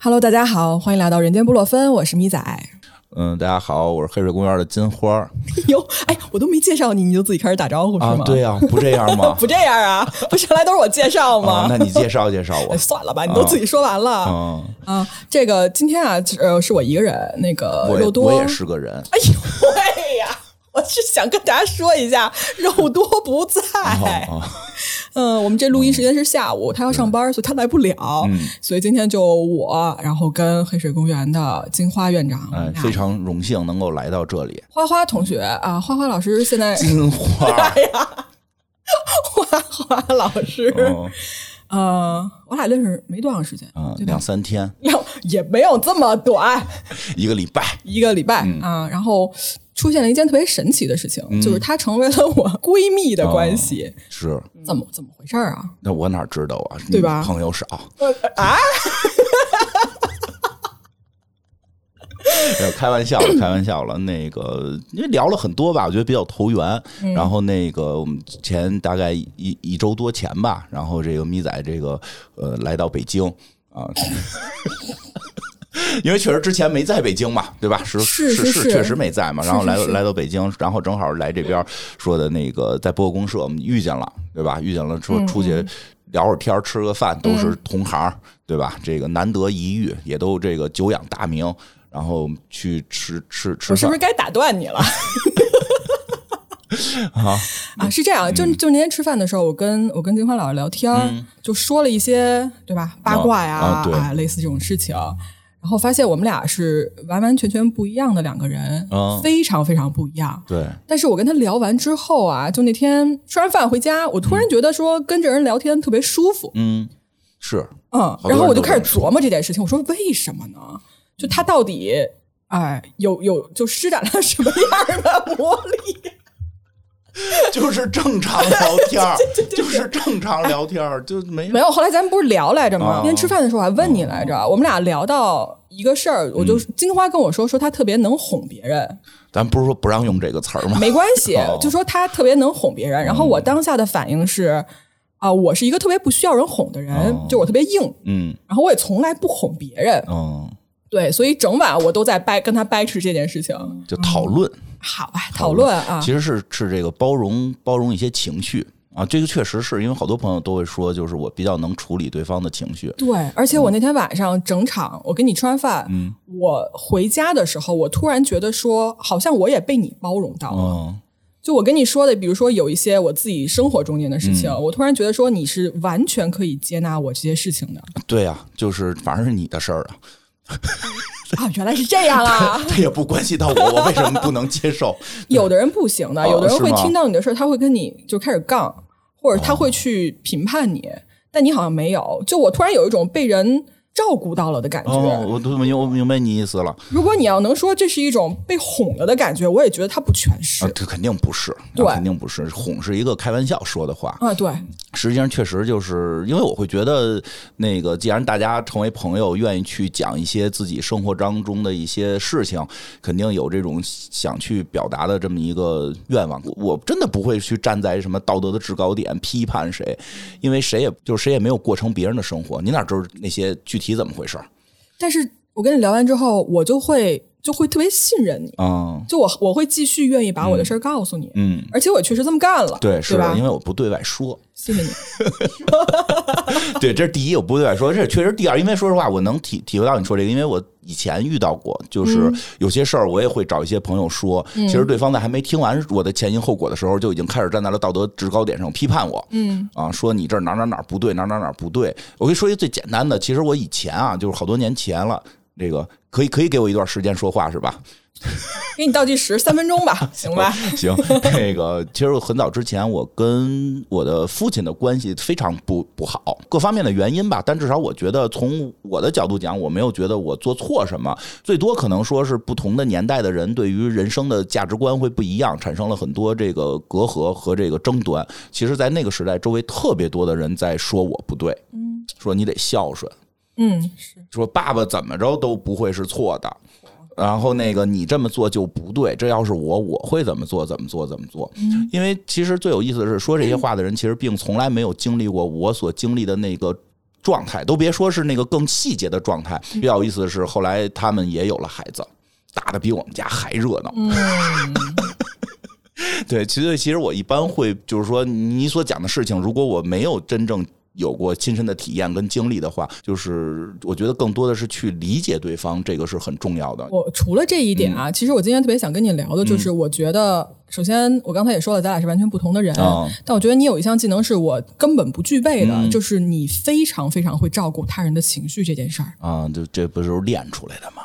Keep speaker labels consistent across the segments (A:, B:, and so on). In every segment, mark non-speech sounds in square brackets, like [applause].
A: Hello，大家好，欢迎来到人间布洛芬，我是米仔。
B: 嗯，大家好，我是黑水公园的金花儿
A: [laughs] 哟，哎，我都没介绍你，你就自己开始打招呼是
B: 啊
A: 吗？，
B: 对呀、不这样 [laughs] 吗？
A: 不这样啊？不是原来都是我介绍吗？
B: 啊，那你介绍介绍我
A: 哎。算了吧，你都自己说完了啊
B: 嗯，
A: 这个今天啊，呃，是我一个人，那个
B: 我
A: 肉
B: 也
A: 多
B: 我也是个人。
A: 哎呦喂呀！我是想跟大家说一下，肉多不在。
B: 哦哦，
A: 嗯，我们这录音时间是下午，他要上班，所以他来不了。
B: 嗯
A: 所以今天就我，然后跟黑水公园的金花院长，
B: 哎，非常荣幸能够来到这里。
A: 花花同学啊，花花老师现在
B: 金花儿，
A: 花花老师，
B: 嗯 [laughs]
A: 呃，我俩认识没多长时间，
B: 嗯，
A: 对吧
B: 两？三天，
A: 两也没有这么短，
B: 一个礼拜。
A: 一个礼拜、啊。然后出现了一件特别神奇的事情，就是她成为了我闺蜜的关系，
B: 是，
A: 怎么怎么回事儿啊？
B: 那我哪知道啊？
A: 对吧呃
B: 你朋友少啊？没有 [laughs] 开玩笑了，开玩笑了。那个，因为聊了很多吧，我觉得比较投缘。
A: 嗯
B: 然后那个，我们前大概一一周多前吧，然后这个咪仔这个呃来到北京啊， [laughs] 因为确实之前没在北京嘛，对吧？是
A: 是是
B: 是
A: 是
B: 确实没在嘛。然后
A: 是
B: 来
A: 是
B: 来到北京，然后正好来这边说的那个在播客公社我们遇见了，对吧？遇见了
A: 嗯
B: 说出去聊会儿天儿吃个饭，都是同行儿，对吧？这个难得一遇，也都这个久仰大名。然后去吃吃吃
A: 我是
B: 饭
A: 不是该打断
B: [laughs]
A: 你了？啊，是这样，
B: 嗯
A: 就就那天吃饭的时候，我跟我跟金花老师聊天，就说了一些对吧八卦呀
B: 啊对
A: 类似这种事情，然后发现我们俩是完完全全不一样的两个人，
B: 嗯
A: 非常非常不一样。
B: 对，
A: 但是我跟他聊完之后啊，就那天吃完饭回家，我突然觉得说跟这人聊天特别舒服，
B: 嗯，
A: [laughs]
B: 是
A: 嗯，
B: 多人
A: 然后我就
B: 都
A: 开始
B: 这么说
A: 琢磨这件事情，我说为什么呢？就他到底哎有有就施展了什么样的魔力？ [laughs]
B: 就是正常聊天儿， [laughs] 就是正常聊天儿，就没
A: 没有，后来咱们不是聊来着吗？
B: 哦
A: 那天吃饭的时候我还问你来着，我们俩聊到一个事儿，我
B: 嗯
A: 就金花跟我说说她特别能哄别人，
B: 咱不是说不让用这个词儿吗？
A: 没关系，
B: 哦
A: [laughs]
B: 嗯
A: 就说她特别能哄别人。然后我当下的反应是，啊、我是一个特别不需要人哄的人，
B: 哦
A: 就我特别硬，
B: 嗯
A: 然后我也从来不哄别人，
B: 嗯，
A: 对，所以整晚我都在掰跟她掰扯这件事情。
B: 就讨论，
A: 好啊，讨论啊，
B: 其实是是这个包容包容一些情绪啊，这个确实是因为好多朋友都会说，就是我比较能处理对方的情绪，
A: 对，而且我那天晚上整场，我跟你吃完饭，我回家的时候，我突然觉得说，好像我也被你包容到了。
B: 嗯
A: 就我跟你说的，比如说有一些我自己生活中间的事情，我突然觉得说你是完全可以接纳我这些事情的
B: 对啊，就是反正是你的事儿啊，
A: [laughs] 啊，原来是这样啊！
B: 这也不关系到我，我为什么不能接受？
A: [laughs] 有的人不行的，
B: 哦
A: 有的人会
B: 是吗
A: 听到你的事儿，他会跟你就开始杠，或者他会去评判你，但你好像没有。就我突然有一种被人照顾到了的感觉。
B: 哦，我都明我明白你意思了
A: 如果你要能说这是一种被哄了的感觉，我也觉得它不全是
B: 啊，这肯定不是，
A: 对
B: 肯定不是，哄是一个开玩笑说的话，
A: 啊，对，
B: 实际上确实就是因为我会觉得，那个既然大家成为朋友，愿意去讲一些自己生活当中的一些事情，肯定有这种想去表达的这么一个愿望。我我真的不会去站在什么道德的制高点批判谁，因为谁也就是谁也没有过成别人的生活，你哪知道那些具体怎么回事儿？
A: 但是我跟你聊完之后，我就会就会特别信任你，
B: 嗯
A: 就我我会继续愿意把我的事儿告诉你，
B: 嗯，
A: 而且我确实这么干了，
B: 对，是
A: 吧
B: 的，因？为我不对外说。
A: 信任你，
B: [laughs] 对，这是第一，我不对外说，这确实第二，因为说实话，我能体体会到你说这个，因为我以前遇到过，就是有些事儿我也会找一些朋友说，其实对方在还没听完我的前因后果的时候，就已经开始站在了道德制高点上批判我，嗯，啊，说你这儿哪儿哪儿哪儿不对，哪儿哪儿哪儿不对。我跟你说一个最简单的，其实我以前啊，就是好多年前了，这个可以可以给我一段时间说话是吧？
A: 给你倒计
B: [laughs]
A: 时三分钟吧，行吧？
B: 行，那个其实我很早之前，我跟我的父亲的关系非常不不好，各方面的原因吧。但至少我觉得，从我的角度讲，我没有觉得我做错什么，最多可能说是不同的年代的人对于人生的价值观会不一样，产生了很多这个隔阂和这个争端。其实，在那个时代，周围特别多的人在说我不对，嗯，说你得孝顺，
A: 嗯，是
B: 说爸爸怎么着都不会是错的。然后那个你这么做就不对，这要是我，我会怎么做怎么做怎么做。因为其实最有意思的是，说这些话的人其实并从来没有经历过我所经历的那个状态，都别说是那个更细节的状态。比较有意思的是，后来他们也有了孩子，打的比我们家还热闹。 [laughs] 对，其实其实我一般会就是说，你所讲的事情，如果我没有真正有过亲身的体验跟经历的话，就是我觉得更多的是去理解对方，这个是很重要的。
A: 我除了这一点
B: 嗯
A: 啊，其实我今天特别想跟你聊的就是，我觉得首先我刚才也说了，咱俩是完全不同的人，
B: 哦
A: 但我觉得你有一项技能是我根本不具备
B: 嗯
A: 的，就是你非常非常会照顾他人的情绪这件事儿。
B: 啊，就这不是练出来的吗？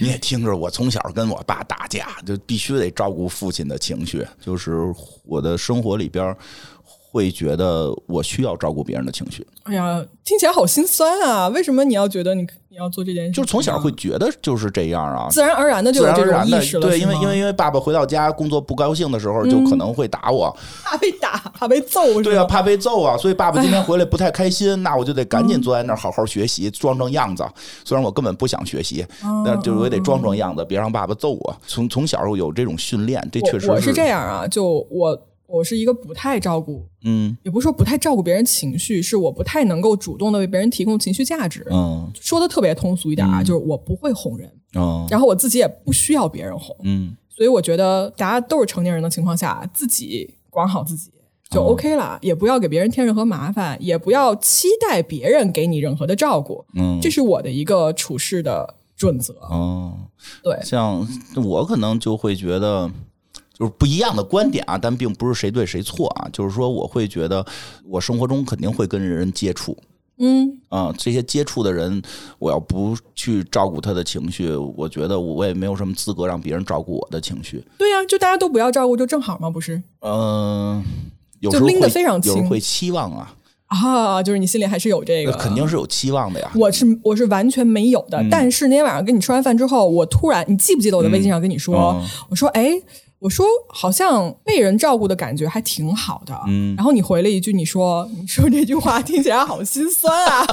B: 你也听着，我从小跟我爸打架，就必须得照顾父亲的情绪。就是我的生活里边，会觉得我需要照顾别人的情绪，
A: 哎呀，听起来好心酸啊！为什么你要觉得你你要做这件事？
B: 就是从小会觉得就是这样啊。
A: 自然而然的就有
B: 自然
A: 这
B: 而
A: 种
B: 然
A: 意
B: 的
A: 识，了，
B: 对，因为
A: 是吗
B: 因为因为爸爸回到家工作不高兴的时候，就可能会打我，
A: 怕被打，怕被揍，是吧
B: [laughs] 对啊，怕被揍啊，所以爸爸今天回来不太开心，那我就得赶
A: 嗯
B: 紧坐在那儿好好学习，装装样子。虽然我根本不想学习，
A: 哦
B: 但就是我也得装装样子，别让爸爸揍我。从从小有这种训练，这确实
A: 我我是这。样啊，就我我是一个不太照顾，
B: 嗯
A: 也不是说不太照顾别人情绪，是我不太能够主动的为别人提供情绪价值。
B: 嗯
A: 说的特别通俗一点啊，就是我不会哄人，
B: 嗯
A: 然后我自己也不需要别人哄，
B: 嗯，
A: 所以我觉得大家都是成年人的情况下，自己管好自己。就
B: 哦
A: OK 了，也不要给别人添任何麻烦，也不要期待别人给你任何的照顾，
B: 嗯
A: 这是我的一个处事的准则。
B: 哦，
A: 对，
B: 像我可能就会觉得。就是不一样的观点啊，但并不是谁对谁错啊。就是说，我会觉得我生活中肯定会跟人接触，
A: 嗯，
B: 啊，这些接触的人，我要不去照顾他的情绪，我觉得我也没有什么资格让别人照顾我的情绪。
A: 对呀、就大家都不要照顾，就正好嘛，不是？
B: 嗯、有
A: 就
B: 时候
A: 拎得
B: 会
A: 非常
B: 有时
A: 轻
B: 候会期望啊，
A: 啊，就是你心里还是有这个，啊
B: 那肯。定是有期望的呀。 [laughs]
A: 我是我是完全没有
B: 嗯
A: 的，但是那天晚上跟你吃完饭之后，我突然，你记不记得我在微信上跟你说，
B: 嗯
A: 我说，哎，我说好像被人照顾的感觉还挺好的，
B: 嗯
A: 然后你回了一句，你说，你说这句话听起来好心酸
B: [laughs]
A: 啊，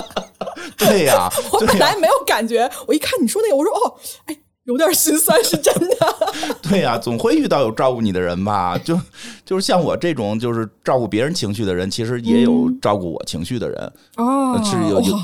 B: 对呀、
A: 我
B: 对
A: 本
B: 呀、
A: 来没有感觉，我一看你说那个，我说哦，哎，有点心酸，是真
B: [laughs]
A: 的，
B: 对呀、总会遇到有照顾你的人
A: [laughs]
B: 吧？就就是像我这种就是照顾别人情绪的人，其实也有照顾我情绪的人，
A: 嗯
B: 呃
A: 哦
B: 是有
A: [laughs]
B: 有
A: 哇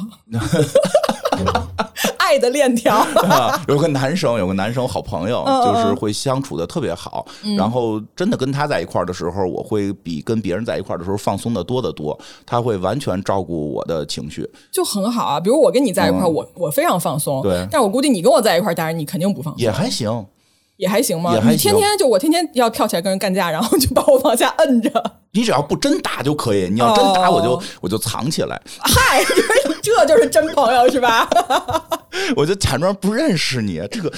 A: 爱的链
B: [laughs]
A: 条，
B: 啊，有个男生，有个男生好朋友，
A: 嗯
B: 就是会相处的特别好。然后真的跟他在一块儿的时候，我会比跟别人在一块儿的时候放松的多得多。他会完全照顾我的情绪，
A: 就很好啊。比如我跟你在一块儿，我我非常放松，
B: 嗯对
A: 但我估计你跟我在一块儿，当然你肯定不放松，
B: 也还行。
A: 也还行吗？
B: 也还行
A: 你天天就我天天要跳起来跟人干架，然后就把我往下摁着， [laughs]
B: 你只要不真打就可以，你要真打
A: 哦
B: 我就、我就藏起来，
A: 嗨， [laughs] 就是这就是真朋友是
B: [laughs]
A: 吧？
B: 我就假装不认识你。这个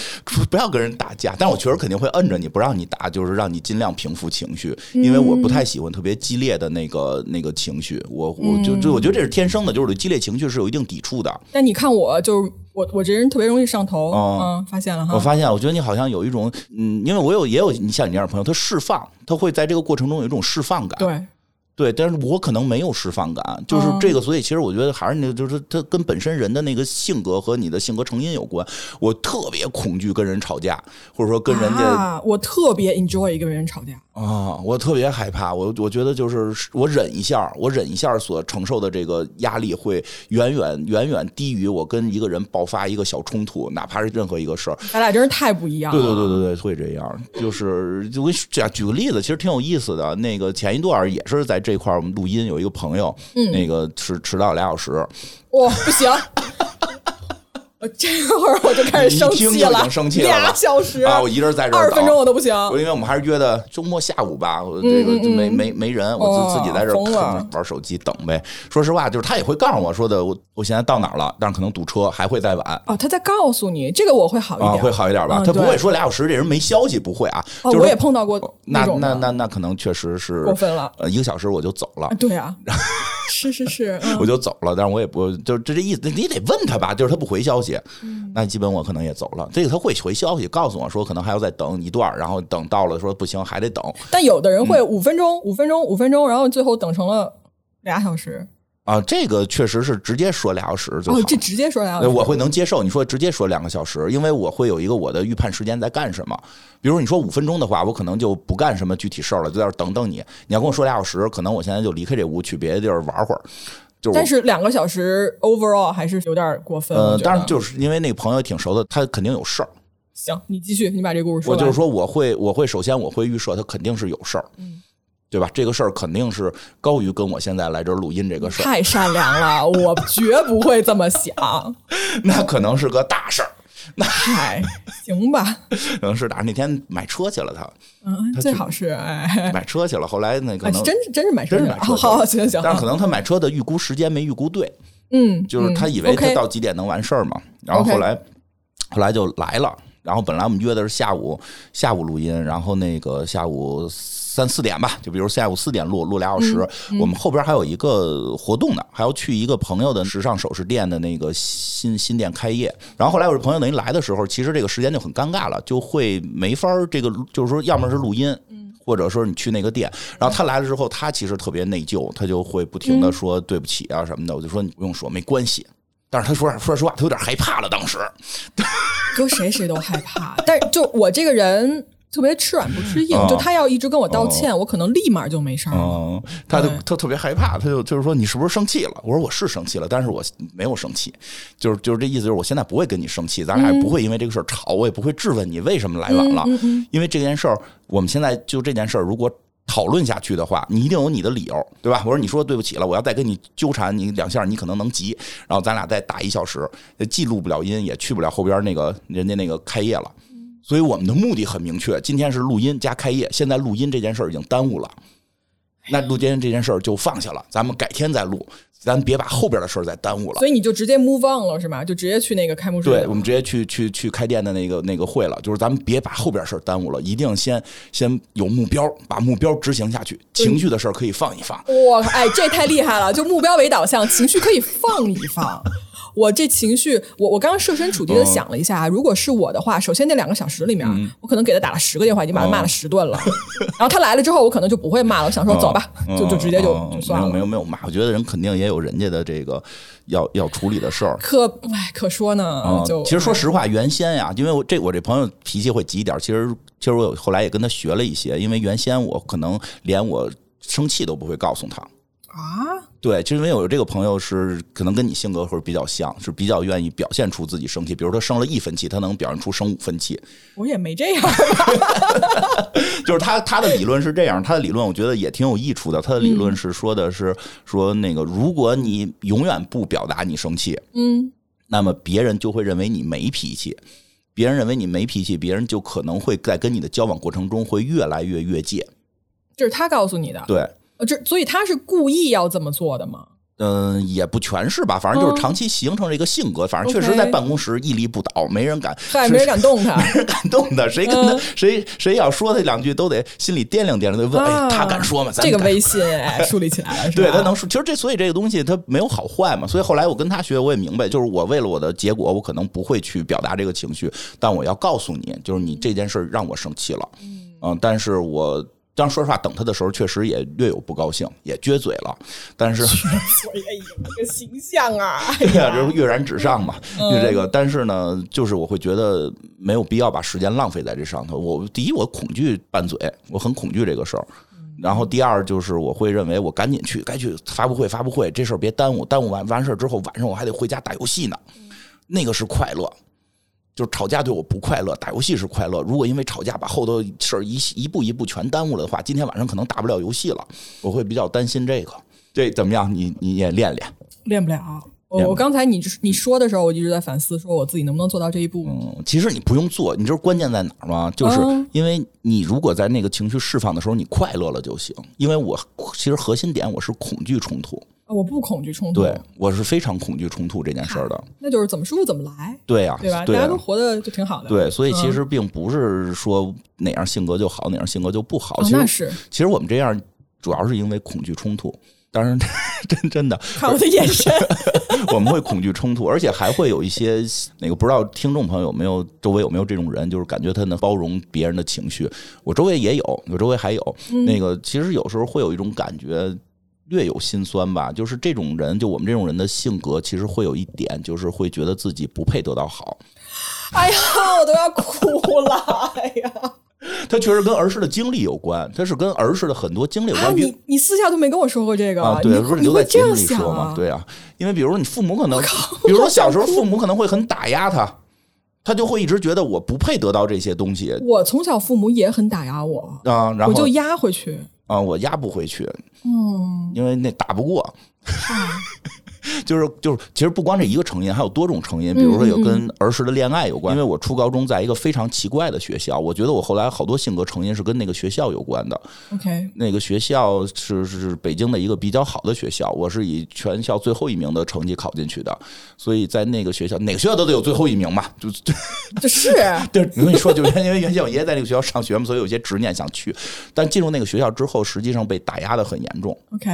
B: 不要跟人打架，但我确实肯定会摁着你，不让你打，就是让你尽量平复情绪，因为我不太喜欢特别激烈的那个那个情绪。我我
A: 嗯
B: 就就我觉得这是天生的，就是对激烈情绪是有一定抵触的。
A: 但你看我就是我，我这人特别容易上头，
B: 哦
A: 嗯，发现了
B: 我
A: 哈。
B: 发现，我觉得你好像有一种，嗯，因为我有也有你像你这样的朋友，他释放，他会在这个过程中有一种释放感，
A: 对，
B: 对但是我可能没有释放感，就是
A: 嗯
B: 这个，所以其实我觉得还是那个，就是他跟本身人的那个性格和你的性格成因有关。我特别恐惧跟人吵架，或者说跟人家啊、
A: 啊，我特别 enjoy 一个人吵架，
B: 我特别害怕。我我觉得就是我忍一下，我忍一下所承受的这个压力会远远远远低于我跟一个人爆发一个小冲突，哪怕是任何一个事儿。
A: 咱俩真是太不一样了。
B: 对对对对对，会这样。就是就我给你举举个例子，其实挺有意思的。那个前一段儿也是在这块儿我们录音，有一个朋友，
A: 嗯
B: 那个迟迟到俩小时，
A: 哇，不行， [laughs] 我这会儿我就开始生
B: 你一听
A: 气
B: 就已
A: 了，
B: 经生气了吧
A: 俩小时，
B: 啊，我一人在这
A: 二十
B: 儿等
A: 分钟我都不行。
B: 我因为我们还是约的周末下午吧，我这个就没没没人，我
A: 嗯哦
B: 自自己在这儿
A: 疯了
B: 玩手机等呗。说实话，就是他也会告诉我说的，我我现在到哪儿了，但是可能堵车，还会再晚
A: 哦，他在告诉你，这个我会好一点，
B: 啊，会好一点吧。
A: 嗯
B: 他不
A: 对
B: 会说俩小时这人没消息，不会啊，
A: 哦，
B: 就是
A: 我
B: 说
A: 也碰到过
B: 那
A: 种
B: 那
A: 的
B: 那那可能确实是
A: 过分了
B: 呃，一个小时我就走了
A: 啊，。对啊， [laughs] 是是是，嗯
B: 我就走了，但是我也不就就这意思，你得问他吧，就是他不回消息，
A: 嗯
B: 那基本我可能也走了。这个他会回消息，告诉我说可能还要再等一段儿，然后等到了说不行还得等
A: 但有的人
B: 嗯
A: 会五分钟、五分钟、五分钟，然后最后等成了俩小时。
B: 啊。这个确实是直接说俩小时就好
A: 哦，这直接说俩小
B: 呃
A: 时，
B: 我会能接受你说直接说两个小时，因为我会有一个我的预判时间在干什么。比如你说五分钟的话，我可能就不干什么具体事儿了，就在这儿等等你。你要跟我说俩小时，可能我现在就离开这屋去别的地儿玩会儿。就是
A: 但
B: 我。
A: 是两个小时 overall 还是有点过分。我
B: 呃，
A: 觉得
B: 当然就是因为那个朋友也挺熟的，他肯定有事儿。
A: 行，你继续，你把这故事说
B: 我
A: 完。
B: 就是说，我会我会首先我会预设他肯定是有事儿，
A: 嗯
B: 对吧？这个事儿肯定是高于跟我现在来这儿录音这个事儿， [laughs]
A: 太善良了，我绝不会这么想。
B: 那可能是个大事儿，
A: 嗨，哎行吧，
B: 可能是 [laughs] 大事儿。那天买车去了他，
A: 嗯，最好是哎，
B: 买车去了，后来那可
A: 哎
B: 能
A: 真是真是买车
B: 真是
A: 去了
B: 买车
A: 哦
B: 去
A: 好，
B: 了
A: 行行，
B: 但是可能他买车的预估时间没预估对，
A: 嗯，
B: 就是他以为他到几点能完事儿嘛，然后
A: OK
B: 后来后来就来了，然后本来我们约的是下午下午录音，然后那个下午三四点吧，就比如下午四点录录俩小时，我们后边还有一个活动呢，还要去一个朋友的时尚首饰店的那个新新店开业，然后后来我这朋友等于来的时候，其实这个时间就很尴尬了，就会没法儿这个就是说，要么是录音。或者说你去那个店，然后他来了之后，他其实特别内疚，他就会不停的说对不起啊什么的。我就说你不用说，没关系。但是他说说实话，他有点害怕了。当时，
A: 跟谁谁都害怕，但是就我这个人特别吃软不吃硬，
B: 啊哦
A: 就他要一直跟我道歉，我可能立马就没事儿了。
B: 嗯，他就
A: 对
B: 他特别害怕，他就就是说你是不是生气了？我说我是生气了，但是我没有生气，就是就是这意思，就是我现在不会跟你生气，咱俩也不会因为这个事儿吵，我也不会质问你为什么来晚了，因为这件事儿，我们现在就这件事儿如果。讨论下去的话，你一定有你的理由，对吧？我说你说对不起了，我要再跟你纠缠你两下，你可能能急，然后咱俩再打一小时，既录不了音，也去不了后边那个人家那个开业了，所以我们的目的很明确，今天是录音加开业，现在录音这件事儿已经耽误了，
A: 哎
B: 那录音这件事儿就放下了，咱们改天再录，咱别把后边的事儿再耽误了。
A: 所以你就直接 move on 了是吗？就直接去那个开幕式了。
B: 对，我们直接去去去开店的那个那个会了，就是咱们别把后边事儿耽误了，一定先先有目标，把目标执行下去，情绪的事儿可以放一放。
A: 哇，哎，这太厉害了！就目标为导向，情绪可以放一放。 [laughs] 我这情绪，我我刚刚设身处
B: 嗯
A: 地的想了一下，如果是我的话，首先那两个小时里面，我可能给他打了十个电话，已经把他
B: 哦
A: 骂了十顿了。 [laughs] 然后他来了之后，我可能就不会骂了，我想说走吧，
B: 嗯
A: 就就直接就、
B: 嗯
A: 就算了。
B: 没有没有没有骂，我觉得人肯定也有人家的这个要要处理的事儿。
A: 可哎，可说呢，
B: 啊，
A: 就嗯
B: 其实说实话，原先呀，因为我这我这朋友脾气会急一点儿，其实其实我有后来也跟他学了一些，因为原先我可能连我生气都不会告诉他。
A: 啊，
B: 对，就因为我这个朋友是可能跟你性格会比较像，是比较愿意表现出自己生气。比如他生了一分气，他能表现出生五分气。
A: 我也没这样。 [laughs]
B: 就是他他的理论是这样，他的理论我觉得也挺有益处的。他的理论是说的是、说那个，如果你永远不表达你生气，
A: 嗯，
B: 那么别人就会认为你没脾气。别人认为你没脾气，别人就可能会在跟你的交往过程中会越来越越界。
A: 这是他告诉你的，
B: 对，
A: 呃这所以他是故意要这么做的吗？
B: 嗯、也不全是吧，反正就
A: 嗯
B: 是长期形成了一个性格。反正确
A: OK
B: 实在办公室屹立不倒，没人敢， [laughs]
A: 嗨，没人敢动他。
B: 是感动的，谁跟
A: 嗯
B: 他、谁谁要说他两句，都得心里掂量掂量，得问、
A: 啊
B: 哎，他敢说吗？咱
A: 这个
B: 敢
A: 微信
B: [laughs]
A: 哎，树立起来了，是吧？
B: 对他能说，其实这所以这个东西它没有好坏嘛，所以后来我跟他学，我也明白，就是我为了我的结果，我可能不会去表达这个情绪，但我要告诉你，就是你这件事儿让我生气了，嗯，但是我。当说实话，等他的时候，确实也略有不高兴，也撅嘴了。但
A: [laughs]
B: 是，
A: 所以哎呦，我这形象啊，哎
B: 对呀，
A: 呀，
B: 就是跃然纸上嘛，就这个。但是呢，就是我会觉得没有必要把时间浪费在这上头。我第一，我恐惧拌嘴，我很恐惧这个事儿。然后第二就是我会认为我赶紧去，该去发布会发布会，这事儿别耽误，耽误完完事儿之后，晚上我还得回家打游戏呢，那个是快乐。就是吵架对我不快乐，打游戏是快乐。如果因为吵架把后头事儿一一步一步全耽误了的话，今天晚上可能打不了游戏了。我会比较担心这个。这怎么样？你你也练 [laughs] 练。
A: 练不了。我
B: 练不了
A: 我刚才你就是你说的时候，我一直在反思，说我自己能不能做到这一步。
B: 嗯，其实你不用做，你知道关键在哪儿吗？就是
A: 嗯
B: 因为你如果在那个情绪释放的时候，你快乐了就行。因为我其实核心点我是恐惧冲突，
A: 啊我不恐惧冲突，
B: 对我是非常恐惧冲突这件事儿的。
A: 那就是怎么舒服怎么来，
B: 对呀、
A: 对吧？
B: 对
A: 大
B: 呀、
A: 家都活得就挺好的。
B: 对，所以其
A: 嗯
B: 实并不是说哪样性格就好，哪样性格就不好。
A: 哦
B: 其
A: 那
B: 实
A: 是
B: 其实我们这样主要是因为恐惧冲突。当然， [laughs] 真真的，
A: 看我的眼神，
B: [laughs] 我们会恐惧冲突，而且还会有一些那个不知道听众朋友有没有周围有没有这种人，就是感觉他能包容别人的情绪。我周围也有，我周围还有、那个，其实有时候会有一种感觉。略有心酸吧，就是这种人，就我们这种人的性格，其实会有一点，就是会觉得自己不配得到好。
A: [laughs] 哎呀，我都要哭了，哎呀，
B: 它确实跟儿时的经历有关，它是跟儿时的很多经历有
A: 啊，
B: 关。比
A: 你你私下都没跟我说过这个
B: 啊，对，
A: 你
B: 不是
A: 你
B: 留
A: 会
B: 在
A: 这
B: 节目
A: 样
B: 里
A: 想
B: 说嘛
A: 啊？？
B: 对啊，因为比如说你父母可能，比如说小时候父母可能会很打压他，他就会一直觉得我不配得到这些东西
A: 我从小父母也很打压我，
B: 啊，然
A: 我
B: 后
A: 就压回去。
B: 啊，我压不回去，
A: 嗯，
B: 因为那打不过。 [laughs] 就是就是，其实不光这一个成因，还有多种成因。比
A: 嗯
B: 如说有跟儿时的恋爱有关，因为我初高中在一个非常奇怪的学校，我觉得我后来好多性格成因是跟那个学校有关的。
A: OK，
B: 那个学校是是是北京的一个比较好的学校，我是以全校最后一名的成绩考进去的，所以在那个学校，哪个学校都得有最后一名嘛，就 [laughs] 就
A: 这是
B: [laughs] 对，我跟你说，就是因为原先我爷爷在那个学校上学嘛，所以有些执念想去，但进入那个学校之后，实际上被打压的很严重，
A: OK，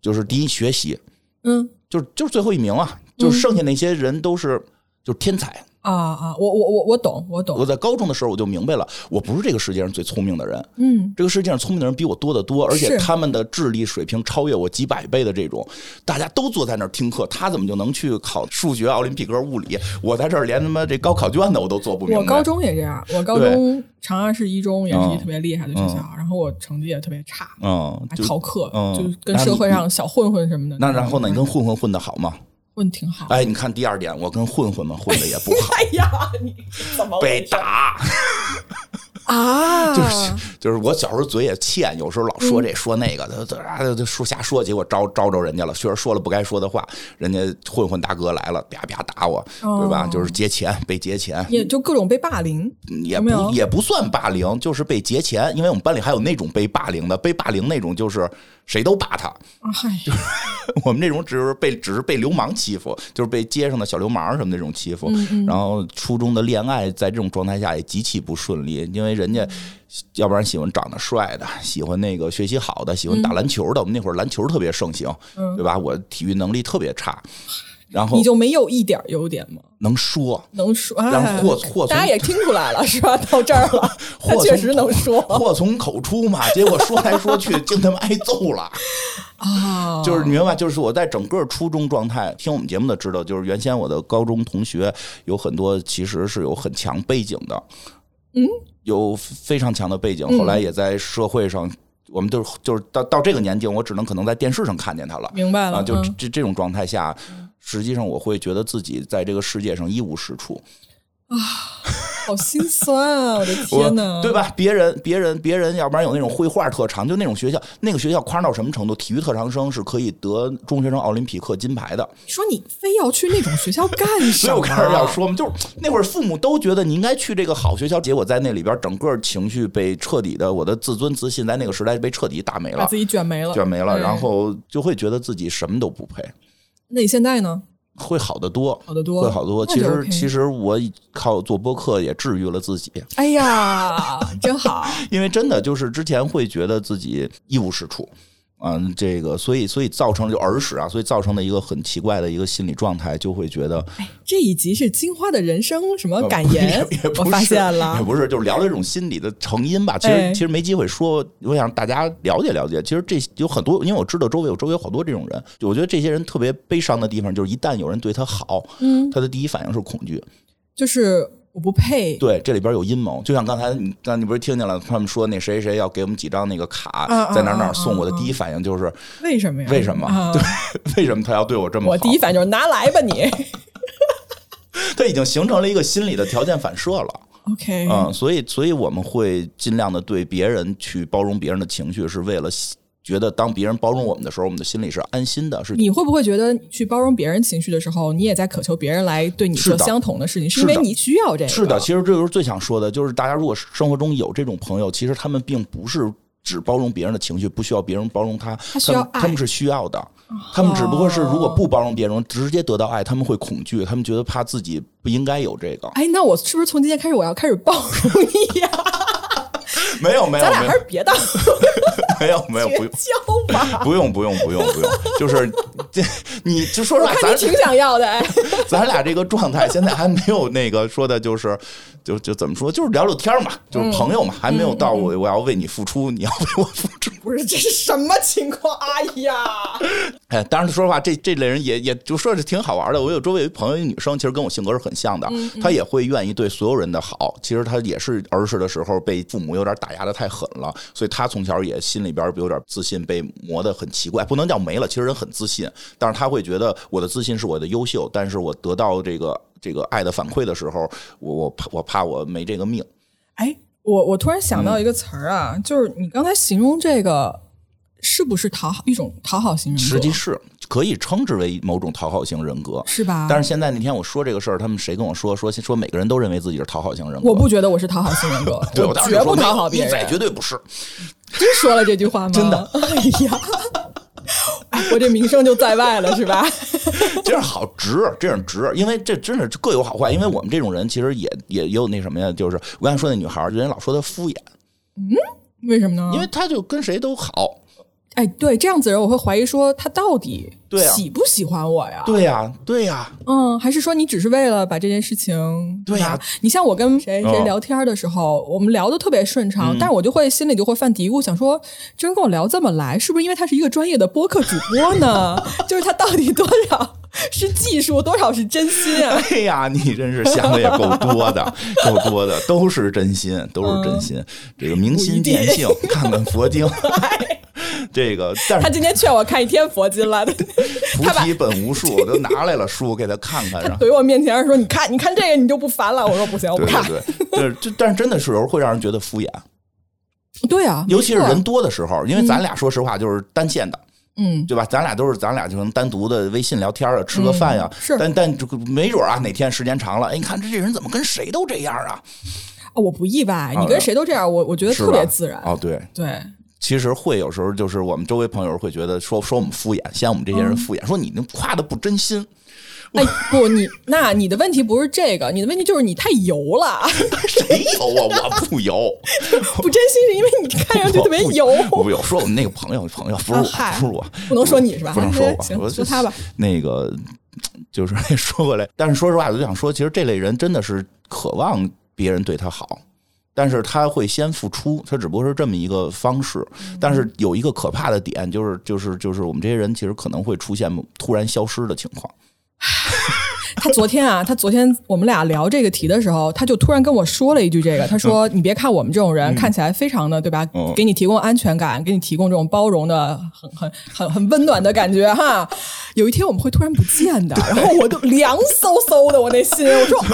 B: 就是第一学习，
A: 嗯
B: 就是就是最后一名啊，就是剩下那些人都是就是天才。
A: 啊啊，我我我我懂，我懂
B: 我，在高中的时候我就明白了，我不是这个世界上最聪明的人，
A: 嗯，
B: 这个世界上聪明的人比我多得多，而且
A: 是
B: 他们的智力水平超越我几百倍的这种，大家都坐在那儿听课，他怎么就能去考数学、奥林匹克、物理？我在这儿连他妈这高考卷子我都做不明白。
A: 我高中也这样，我高
B: 对
A: 中长安市一中也是
B: 嗯
A: 一特别厉害的学校，然后我成绩也特别差，
B: 嗯，
A: 还
B: 就
A: 逃课，
B: 嗯
A: 就是跟社会上小混混什么的。
B: 那然后呢？你跟混混混的好吗？
A: 混挺好。 [laughs]
B: 哎，你看第二点，我跟混混们混的也不好，
A: 哎呀，你怎么
B: 被打。
A: 啊？
B: 就是就是我小时候嘴也欠，有时候老说
A: 嗯
B: 这说那个的，这这说瞎说，结果招招着人家了，确实说了不该说的话，人家混混大哥来了，啪啪打我，对吧？
A: 哦
B: 就是劫钱，被劫钱，嗯
A: 也就各种被霸凌，
B: 也
A: 有没
B: 不
A: 有
B: 也不算霸凌，就是被劫钱，因为我们班里还有那种被霸凌的，被霸凌那种就是谁都霸他，
A: 哎呀，
B: 我们这种只是被只是被流氓欺负，就是被街上的小流氓什么那种欺负。
A: 嗯
B: 然后初中的恋爱在这种状态下也极其不顺利，因为人家
A: 嗯
B: 要不然喜欢长得帅的，喜欢那个学习好的，喜欢
A: 嗯
B: 打篮球的。我们那会儿篮球特别盛行，对吧？我体育能力特别差，然后
A: 你就没有一点优点吗？
B: 能说，
A: 能说，哎
B: 然后或或从
A: 大家也听出来了是吧？到这儿了，
B: [laughs]
A: 他
B: 或
A: 确
B: 从
A: 实能
B: [laughs]
A: 说
B: 祸从口出嘛，结果说来说去，竟他妈挨揍了。
A: 啊，
B: 就是你明白，就是我在整个初中状态，听我们节目的知道，就是原先我的高中同学有很多其实是有很强背景的，嗯，有非常强的背
A: 嗯
B: 景，后来也在社会上，我们就是就是到到这个年纪，我只能可能在电视上看见他了，
A: 明白了，
B: 啊，就
A: 嗯
B: 这这种状态下，实际上我会觉得自己在这个世界上一无是处，
A: 好心酸啊！我的
B: 我
A: 天哪，
B: 对？吧？别人别人别人，要不然有那种绘画特长，就那种学校，那个学校夸张到什么程度？体育特长生是可以得中学生奥林匹克金牌的。
A: 你说你非要去那种学校干什
B: [laughs] 所以
A: 么？
B: 我开始要说嘛，就是那会儿父母都觉得你应该去这个好学校，结果在那里边整个情绪被彻底的，我的自尊自信在那个时代被彻底打没
A: 把
B: 了
A: 自，己嗯卷没了，
B: 卷没了，
A: 对
B: 然后就会觉得自己什么都不配，
A: 那你现在呢？
B: [laughs] 会好得多，
A: 好得多
B: 会好得多。
A: 那
B: 其
A: 就
B: 实
A: OK
B: 其实我靠做播客也治愈了自己，
A: 哎呀，真好，
B: 因为真的就是之前会觉得自己一无是处。嗯，这个，所以，所以造成就儿时啊，所以造成的一个很奇怪的一个心理状态，就会觉得
A: 这一集是金花的人生什么
B: 呃
A: 感
B: 不
A: 言
B: 也也，不
A: 我
B: 是
A: 发现
B: 也
A: 了，
B: 不是，就是聊这种心理的成因吧。其实、
A: 哎
B: 其实没机会说，我想大家了解了解。其实这有很多，因为我知道周围有周围有好多这种人，就我觉得这些人特别悲伤的地方，就是一旦有人对他好，
A: 嗯，
B: 他的第一反应是恐惧。
A: 就是我不配，
B: 对，这里边有阴谋。就像刚才你，刚才你不是听见了他们说那谁谁要给我们几张那个卡，
A: 嗯嗯
B: 在哪儿哪儿
A: 嗯
B: 送，
A: 嗯
B: 我的第一反应就是 [laughs]
A: 为什么呀？
B: 为什么？
A: 啊
B: 对，为什么他要对我这么好？
A: 我第一反应就是拿来吧
B: [laughs]
A: 你
B: 他已经形成了一个心理的条件反射了。
A: ，OK，
B: 嗯，所以所以我们会尽量的对别人去包容别人的情绪，是为了觉得当别人包容我们的时候，我们的心里是安心的，是
A: 你会不会觉得你去包容别人情绪的时候，你也在渴求别人来对你
B: 是
A: 做
B: 的
A: 相同的事情，是
B: 是
A: 因
B: 的
A: 为你需要这个？
B: 是的。，其实这就是最想说的，就是大家如果生活中有这种朋友，其实他们并不是。只包容别人的情绪，不需要别人包容他，他
A: 需要
B: 们他们
A: 爱哦
B: 是需要的，他们只不过是如果不包容别人，直接得到爱，他们会恐惧，他们觉得怕自己不应该有这个。
A: 哎，那我是不是从今天开始我要开始包容你呀？
B: [laughs] 没有没有，
A: 咱
B: 没
A: 俩
B: [laughs] 有。
A: 还是别当
B: 没有没有不
A: 绝
B: 用
A: 交吧？
B: 不用不用不用不用，就是 [laughs] 这你就说实
A: 我
B: 话，
A: 看
B: 咱
A: 你挺想要的，哎，
B: [laughs] 咱俩这个状态现在还没有那个说的，就是就就怎么说，就是聊聊天嘛，就是朋友嘛，还没有到我我要为你付出，你要为我付出。
A: 不是这是什么情况？哎呀，
B: 哎，当然说实话，这这类人也也就说是挺好玩的。我有周围有朋友，一女生，其实跟我性格是很像的，她也会愿意对所有人的好。其实她也是儿时的时候被父母有点打压的太狠了，所以她从小也心里边有点自信被磨得很奇怪，不能叫没了。其实人很自信，但是她会觉得我的自信是我的优秀，但是我得到这个这个爱的反馈的时候，我我怕我怕我没这个命。
A: 哎，我我突然想
B: 嗯
A: 到一个词儿啊，就是你刚才形容这个，是不是讨好一种讨好型人格？
B: 实际是可以称之为某种讨好型人格，
A: 是吧？
B: 但是现在那天我说这个事儿，他们谁跟我说说说每个人都认为自己是讨好型人格？，
A: 我不觉得我是讨好型人格
B: 对，我
A: 我
B: 当时
A: 绝
B: 就
A: 不
B: 说
A: 讨好别
B: 你仔
A: 人。
B: 绝对不是。 [laughs]
A: 真说了这句话吗？真的？哎呀，哎我这名声就在外了，是吧？ [laughs]
B: 这样好值，这样值，因为这真是各有好坏。因为我们这种人其实也也也有那什么呀，就是我刚才说那女孩儿，人家老说她敷衍，
A: 为什么呢？
B: 因为她就跟谁都好。
A: 哎，对这样子的人，我会怀疑说他到底
B: 对啊
A: 喜不喜欢我呀？
B: 对呀、对呀、
A: 嗯，还是说你只是为了把这件事情？
B: 对呀
A: 吧你像我跟谁
B: 嗯
A: 谁聊天的时候，我们聊的特别顺畅，但是我就会心里就会犯嘀咕，想说这人跟我聊这么来，是不是因为他是一个专业的播客主播呢？ [laughs] 就是他到底多少是技术，多少是真心啊？ [laughs]
B: 哎呀，你真是想的也够多的，够多的，都是真心，都是真
A: 嗯
B: 心。这个明心见性，看看
A: [laughs]
B: 佛经。
A: 哎
B: 这个，但
A: 他
B: 是
A: 今天劝我看一天佛经了，
B: 啊菩提本无
A: [laughs]
B: 树，我都拿来了书给他看看，然后
A: 怼我面前说：“你看，你看这个你就不烦了。”我说：“不行，我不
B: 对
A: 看。
B: 对对，就是这，但是真的是有时候会让人觉得敷衍，
A: 对啊，
B: 尤其是
A: 没错
B: 人多的时候，因为咱俩说实话就是单线的，
A: 嗯，
B: 对吧？咱俩都是咱俩就能单独的微信聊天啊，吃个饭呀、
A: 嗯是
B: 但但这个没准啊，哪天时间长了，哎，你看这这人怎么跟谁都这样啊？
A: 哦我不意外，你跟谁都这样，我我觉得
B: 是
A: 特
B: 吧
A: 别自然。
B: 哦，对，
A: 对，
B: 其实会有时候就是我们周围朋友会觉得说说我们敷衍，嫌我们这些
A: 嗯
B: 人敷衍，说你那夸的不真心，
A: [laughs] 哎，不，你那你的问题不是这个，你的问题就是你太油了， [laughs]
B: 谁有啊？我不有，
A: 不真心是因为你看上去特别油。
B: 我不有。说我们那个朋友朋友不是我，
A: 啊嗨
B: 不是我，
A: 不能说你是吧
B: 不能说我，
A: [laughs] 行
B: 我
A: 说他吧。
B: [laughs] 那个就是 [laughs] 说回来，但是说实话，我就想说，其实这类人真的是渴望别人对他好。但是他会先付出，他只不过是这么一个方式。
A: 嗯
B: 但是有一个可怕的点，就是就是就是我们这些人其实可能会出现突然消失的情况。
A: 他昨天啊，他昨天我们俩聊这个题的时候，他就突然跟我说了一句这个，他说：“你别看我们这种人、看起来非常的对吧
B: 嗯，
A: 给你提供安全感，给你提供这种包容的、很很很很温暖的感觉哈，有一天我们会突然不见的。”然后我就凉飕飕的，我那心，我说啊，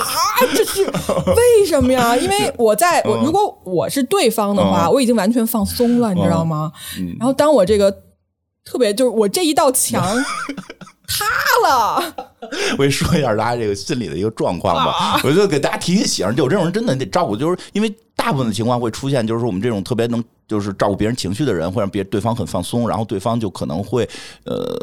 A: 这是为什么呀？因为我在我如果我是对方的话，
B: 嗯
A: 我已经完全放松了，你知道吗？然后当我这个特别就是我这一道墙塌了。
B: 我也说一下大家这个心理的一个状况吧，我就给大家提提醒，就有这种人真的得照顾，就是因为大部分的情况会出现，就是我们这种特别能就是照顾别人情绪的人，会让别对方很放松，然后对方就可能会呃。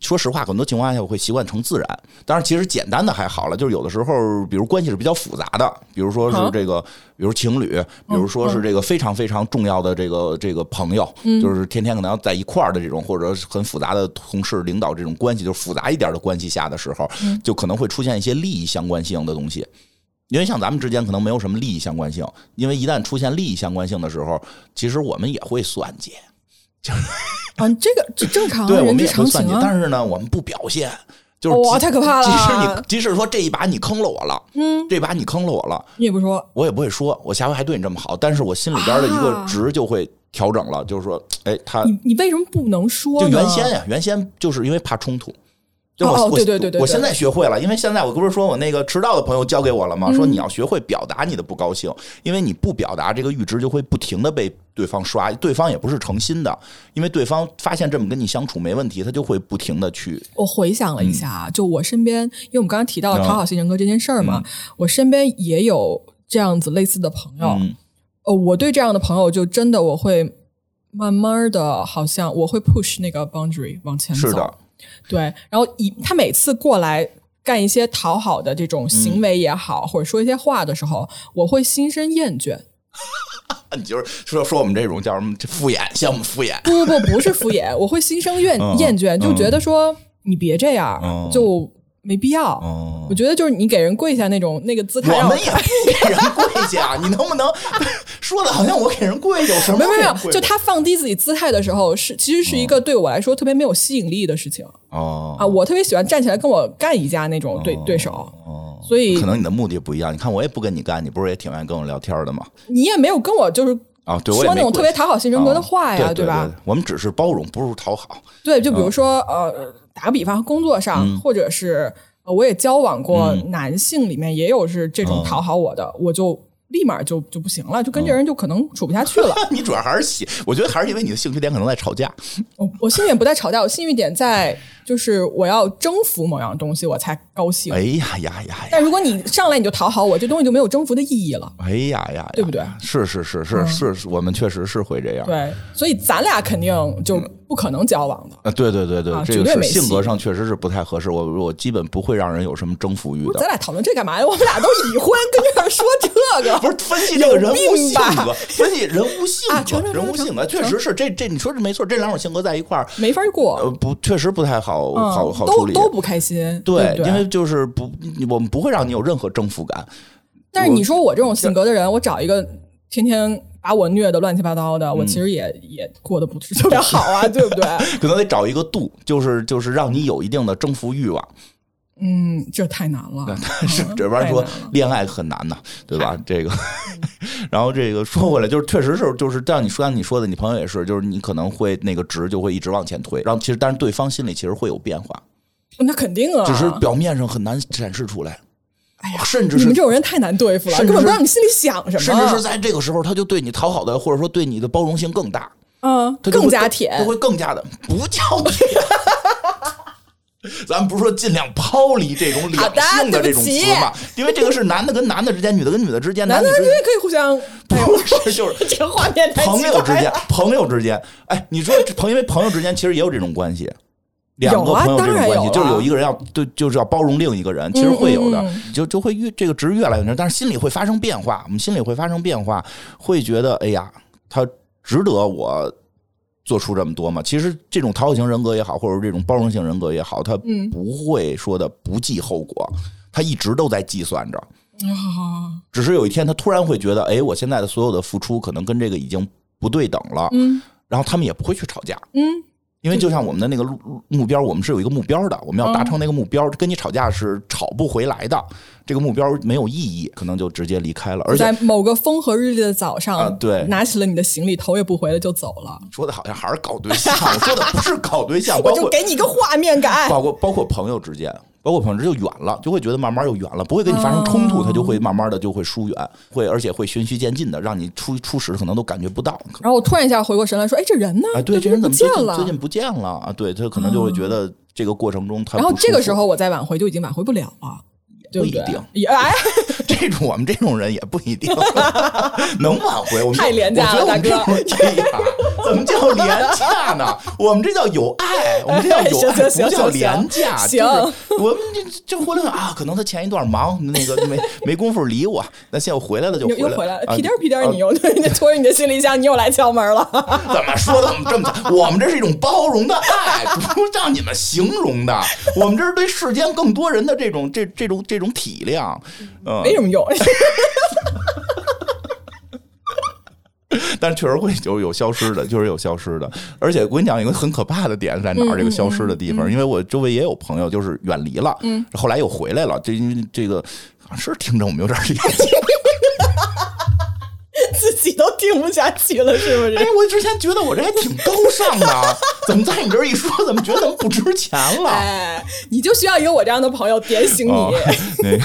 B: 说实话，很多情况下我会习惯成自然。当然，其实简单的还好了，就是有的时候，比如关系是比较复杂的，比如说是
A: 啊
B: 这个，比如情侣，比如说是这个非常非常重要的这个这个朋友，就是天天可能要在一块儿的这种，或者是很复杂的同事、领导这种关系，就是复杂一点的关系下的时候，就可能会出现一些利益相关性的东西。因为像咱们之间可能没有什么利益相关性，因为一旦出现利益相关性的时候，其实我们也会算计，
A: 啊，这个这正常啊，
B: 对，我
A: 人
B: 们
A: 之
B: 也会
A: 常
B: 算
A: 情
B: 计，
A: 啊。
B: 但是呢，我们不表现，就是
A: 哇
B: 即
A: 太可怕了啊
B: 即使你即使说这一把你坑了我了，嗯，这把你坑了我了，
A: 你也不说，
B: 我也不会说，我下回还对你这么好，但是我心里边的一个
A: 啊
B: 值就会调整了，就是说，哎，他
A: 你你为什么不能说
B: 就
A: 呢？
B: 原先呀、原先就是因为怕冲突。就我
A: 哦哦
B: 我
A: 对对对对
B: 我
A: 对
B: 现在学会了，因为现在我不是说我那个迟到的朋友教给我了吗？
A: 嗯
B: 说你要学会表达你的不高兴，因为你不表达，这个阈值就会不停的被对方刷，对方也不是诚心的，因为对方发现这么跟你相处没问题，他就会不停的去
A: 我回想了一下啊，就我身边，因为我们刚刚提到
B: 嗯
A: 讨好型人格这件事儿嘛，我身边也有这样子类似的朋友。
B: 嗯
A: 呃，我对这样的朋友，就真的我会慢慢的，好像我会 push 那个 boundary 往前走。
B: 是的，
A: 对，然后以他每次过来干一些讨好的
B: 嗯
A: 这种行为也好，或者说一些话的时候，我会心生厌倦。
B: 你就是说说我们这种叫什么这敷衍，像我们敷衍。
A: 不不不，不是敷衍，我会心生厌
B: 嗯
A: 厌倦，就觉得说你别这样
B: 嗯，
A: 就没必要。
B: 哦
A: 我觉得就是你给人跪下那种那个姿态，
B: 我
A: 让
B: 们也不给人跪下，你能不能 [laughs] 说的好像我给人跪下？有什么
A: 没有没有
B: 给人
A: 没
B: 跪
A: 有，就
B: 下
A: 他放低自己姿态的时候，是其实是
B: 嗯
A: 一个对我来说特别没有吸引力的事情
B: 哦
A: 啊！我特别喜欢站起来跟我干一架那种对对手，
B: 哦，
A: 所以
B: 可能你的目的不一样。你看我也不跟你干，你不是也挺愿意跟我聊天的吗？
A: 你也没有跟我就是
B: 啊，对，我也
A: 说
B: 没
A: 那种
B: 跪
A: 特别讨好型人格的话
B: 啊
A: 呀，
B: 对对
A: 吧？？
B: 我们只是包容，不是讨好。 [laughs]
A: 对，就比
B: 嗯
A: 如说、呃，打个比方，工作上、或者是呃我也交往过
B: 嗯
A: 男性，里面也有是这
B: 哦
A: 种讨好我的，我就立马就就不行了，就跟这人就可能处不下去了。 [laughs]
B: 你主要还是喜，我觉得还是因为你的兴趣点可能在吵架。
A: 我我幸运不在吵架，我幸运点在就是我要征服某样东西我才高兴。
B: 哎呀呀呀呀！
A: 但如果你上来你就讨好我，这东西就没有征服的意义了。
B: 哎呀呀呀！
A: 对不对嗯
B: 是是是是是，是我们确实是会这样。
A: 对，所以咱俩肯定就
B: 嗯
A: 不可能交往的。
B: 啊，对对对对
A: 啊，
B: 这
A: 绝
B: 个
A: 对
B: 是
A: 没戏
B: 性格上确实是不太合适。我我基本不会让人有什么征服欲
A: 不是咱
B: 的。
A: 俩讨论这干嘛呀？我们俩都已婚，跟这儿说这个，
B: 不是分析这个人物性
A: 有病
B: 格，分析人物性
A: [laughs] 啊
B: 格
A: 成，成
B: 人物
A: 成
B: 性格确
A: 成
B: 实是这这你说这没错，这两种性格在一块儿，
A: 没法过。
B: 呃，不确实不太好
A: 嗯
B: 好好处
A: 都
B: 理。
A: 都不开心，
B: 对
A: 不，对
B: 因为就是不，我们不会让你有任何征
A: [laughs]
B: 服感。
A: 但是你说我这种性格的人，我找一个天天把我虐的乱七八糟
B: 嗯
A: 的，我其实也、也过得不是特别好
B: [laughs]
A: 啊，对不对？
B: 可能得找一个度，就是就是让你有一定的征服欲望。
A: 嗯，这太难了。
B: 是这玩意儿说
A: 哦太难了
B: 恋爱很难呐，对吧？
A: [laughs]
B: 这个，然后这个说回来，就是确实是，就是像你说像你说的，你朋友也是，就是你可能会那个值就会一直往前推，然后其实但是对方心里其实会有变化，
A: 那肯定啊，
B: 只是表面上很难展示出来。
A: 哎呀
B: 甚至
A: 你
B: 是
A: 们这种嗯人太难对付了，
B: 甚
A: 根
B: 至
A: 本不
B: 是
A: 知道你心里想什么，
B: 甚至是在这个时候，他就对你讨好的，或者说对你的包容性更大。
A: 嗯，
B: 他就会
A: 更加
B: 他
A: 舔。
B: 会更加的不叫舔。咱们不是说尽量抛离这种两性的这种词
A: 好
B: 嘛？因为这个是男的跟男的之间，女的跟女的之间，
A: 男
B: 男
A: 的
B: 女
A: 之
B: 之
A: 间
B: 间
A: 可以互相，哎呦
B: [laughs] 不是就是
A: 这个画 [laughs] 面太
B: 朋
A: 哎奇
B: 友之
A: 怪
B: 间
A: 了。，
B: 朋友之间，哎，你说朋因为朋友之间其实也有这种关系。两
A: 有
B: 个
A: 啊
B: 朋友这
A: 当
B: 种
A: 然
B: 关系，
A: 有啊嗯
B: 就是有一个人要对，就是要包容另一个人，其实会有的，就就会越这个值越来越难，但是心里会发生变化，我们心里会发生变化，会觉得哎呀，他值得我做出这么多吗？其实这种讨好型人格也好，或者这种包容型人格也好，他
A: 嗯
B: 不会说的不计后果，他一直都在计算着，
A: 啊
B: 只是有一天他突然会觉得，哎，我现在的所有的付出可能跟这个已经不对等了，
A: 嗯
B: 然后他们也不会去吵架，
A: 嗯，
B: 因为就像我们的那个路路目标，我们是有一个目标的，我们
A: 嗯
B: 要达成那个目标，跟你吵架是吵不回来的，这个目标没有意义，可能就直接离开了。而且
A: 在某个风和日丽的早上，
B: 啊对
A: 拿起了你的行李，头也不回的就走了。
B: 说的好像还是搞对象，我说的不是搞对象，
A: [laughs] 我
B: 包
A: 就
B: 括
A: 给你一个画面感，
B: 包括包括朋友之间，包括朋友之间就远了，就会觉得慢慢又远了，不会跟你发生冲突，他就
A: 哦
B: 会慢慢的就会疏远，会而且会循序渐进的，让你初初始可能都感觉不到。
A: 然后我突然一下回过神来，说：“哎，这人呢？
B: 哎，对，这
A: 这
B: 人
A: 不
B: 怎么
A: 见
B: 最近
A: 了嗯
B: 最？”近不见了啊？对他可能就会觉得这个过程中他
A: 然后
B: 不舒
A: 这个
B: 服
A: 时候我再挽回就已经挽回不了了，对
B: 不
A: 对？
B: 一定
A: 也哎，
B: [laughs] 这种我们这种人也不一定 [laughs] 能挽回。我们
A: 太廉价了
B: 我觉得我们这种人哎呀，怎么叫廉价呢？我们这叫有爱，我们这叫有
A: [laughs] 行
B: 爱，
A: 行行
B: 不叫廉价。
A: 行
B: 就是我们这这回来啊，可能他前一段忙，那个没没工夫理我，那现在我回来了就
A: 又又
B: 回
A: 回
B: 来
A: 来
B: 了
A: 了，
B: 啊
A: 屁颠儿屁颠儿，
B: 啊
A: 你又你拖着你的行李箱，你又来敲门了。
B: 怎么说的？我们这么惨？我们这是一种包容的爱，不是让你们形容的。我们这是对世间更多人的这种这这种这种体谅。嗯，
A: 没什么用，
B: 但是确实会有有消失的，就是有消失的。而且我跟你讲一个很可怕的点在哪儿？这个消失的地方，因为我周围也有朋友就是远离了，后来又回来了。这因为这个好像是听着我们有点联系。
A: [laughs] 自己都听不下去了，是不
B: 哎
A: 是？，
B: 我之前觉得我这还挺高尚的，怎么在你这儿一说，怎么觉得咱们不值钱了？
A: 哎，你就需要有我这样的朋友点醒
B: 哦
A: 你。，
B: [laughs] 那个。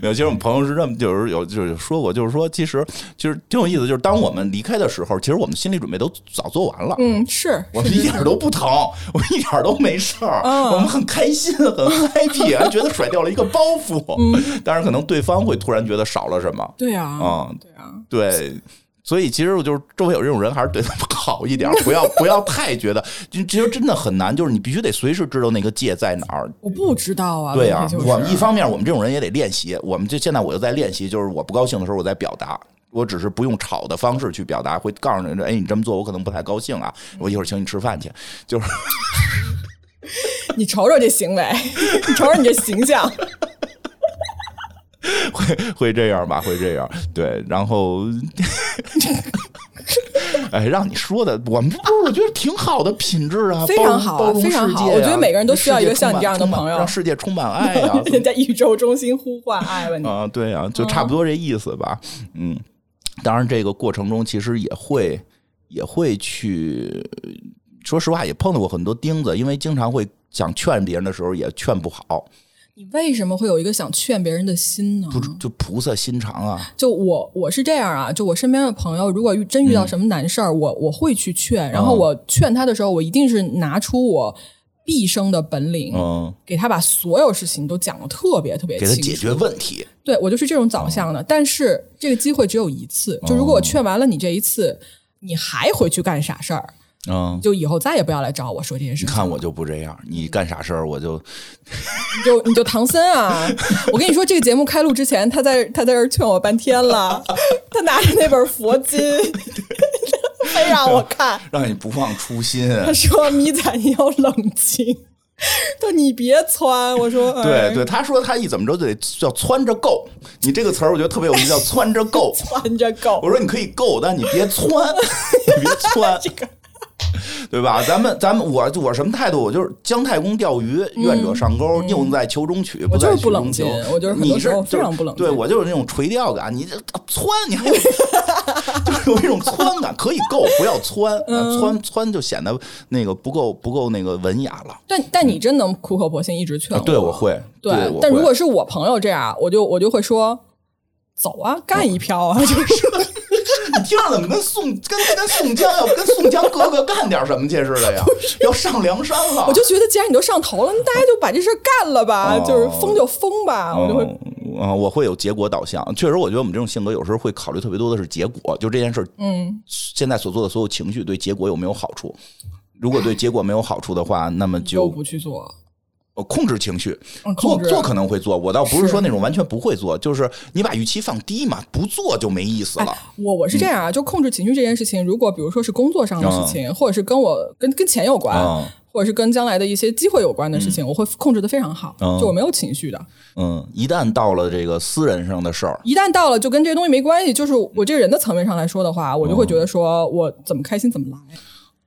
B: 没有，其实我们朋友是这么，就是有就是说过，就是说，其实其实挺有意思，就是当我们离开的时候，其实我们心理准备都早做完了，
A: 嗯，是嗯
B: 我们一点儿都不疼，我们一点儿都没事儿，我们很开心，很 happy，还觉得甩掉了一个包袱。
A: 嗯
B: 当然，可能对方会突然觉得少了什么，
A: 对啊，
B: 嗯，
A: 对啊。
B: 对。所以其实我就是周围有这种人，还是对他们好一点儿，不要不要太觉得，就其实真的很难，就是你必须得随时知道那个界在哪儿。
A: 我不知道啊，
B: 对啊
A: 问题，就是
B: 我们一方面我们这种人也得练习，我们就现在我就在练习，就是我不高兴的时候我在表达，我只是不用吵的方式去表达，会告诉你，哎，你这么做我可能不太高兴啊，我一会儿请你吃饭去，就是 [laughs]
A: 你瞅瞅这行为，你瞅瞅你这形象，
B: 会会这样吧，会这样，对，然后。 [laughs] 哎，让你说的，我们这不是我觉得挺好的品质啊，
A: 非常好
B: 包容
A: 非常好我觉得每个人都需要一个像你这样的朋友
B: 让世界充满爱
A: [laughs]
B: 啊
A: 人家宇宙中心呼唤哎爱吧你。
B: 啊，对啊，就差不多这意思吧。嗯，当然这个过程中其实也会也会去，说实话也碰到过很多钉子，因为经常会想劝别人的时候也劝不好，
A: 你为什么会有一个想劝别人的心呢？
B: 不就菩萨心肠啊。
A: 就我我是这样啊，就我身边的朋友，如果遇真遇到什么难事儿，我我会去劝，然后
B: 嗯
A: 我劝他的时候，我一定是拿出我毕生的本领，
B: 嗯，
A: 给他把所有事情都讲的特别特别
B: 给
A: 清楚，
B: 他解决哦问题，
A: 对我就是这种导向的，但是这个机会只有一次，就
B: 哦
A: 如果我劝完了你这一次，你还回去干傻事儿，
B: 嗯。
A: 就以后再也不要来找我说这些事
B: 你
A: 情。
B: 看我就不这样，你干啥事儿我就
A: 你就你就唐僧啊！我跟你说，这个节目开录之前，他在他在这儿劝我半天了，他拿着那本佛经， [laughs] 非让我看，
B: 让你不忘初心。
A: 他说：“米仔，你要冷静。” [laughs] 他说：“你别窜。”我说：“哎
B: [laughs] 对对，，他说他一怎么着就得叫窜着够，你这个词儿我觉得特别有意思，叫窜着够。
A: 窜着狗
B: 我。说你可以够，但你别
A: [laughs]
B: 窜，你别窜，对吧？咱们咱们我我什么态度？我就是姜太公钓鱼，愿者上钩，宁在求中取，
A: 嗯我
B: 在
A: 就是
B: 曲
A: 不冷
B: 中求
A: 静我就是很
B: 你
A: 多
B: 是
A: 时候
B: 就
A: 非
B: 是
A: 常不冷
B: 对
A: 静
B: 我就是那种垂钓感，你这啊窜，你还有就是有一种窜感，可以够，不要窜，
A: 嗯
B: 啊窜窜就显得那个不够不够那个文雅了。”
A: 但但你真能苦口婆心一直劝
B: 啊，对，我会，
A: 嗯对，
B: 我
A: 但
B: 会
A: 如果是我朋友这样，我就我就会说，走啊，干一票
B: 哦
A: 啊，就是
B: 你听着怎么跟宋跟跟宋江要跟宋江哥哥干点什么去似
A: [laughs]
B: 的呀？要上梁山了，
A: 我就觉得既然你都上头了，那大家就把这事儿干了吧，
B: 哦
A: 就是疯就疯吧，我就会。
B: 嗯啊，我会有结果导向。确实，我觉得我们这种性格有时候会考虑特别多的是结果，就这件事儿，嗯，现在所做的所有情绪对结果有没有好处？如果对结果没有好处的话，那么
A: 都
B: 就
A: 不去做，
B: 呃控制情绪，
A: 嗯
B: 做
A: 控制
B: 做可能会做。我倒不是
A: 是
B: 说那种完全不会做，就是你把预期放低嘛，不做就没意思
A: 哎
B: 了。
A: 我我是
B: 嗯
A: 这样啊，就控制情绪这件事情，如果比如说是工作上的
B: 啊
A: 事情，或者是跟我跟跟钱有关，
B: 嗯
A: 或者是跟将来的一些机会有关的事情，我会控制的非常好，
B: 嗯
A: 就我没有情绪的。
B: 嗯，一旦到了这个私人上的事儿，
A: 一旦到了就跟这些东西没关系，就是我这个人的层面上来说的话，我就
B: 啊
A: 会觉得说我怎么开心怎么
B: [laughs]
A: 来。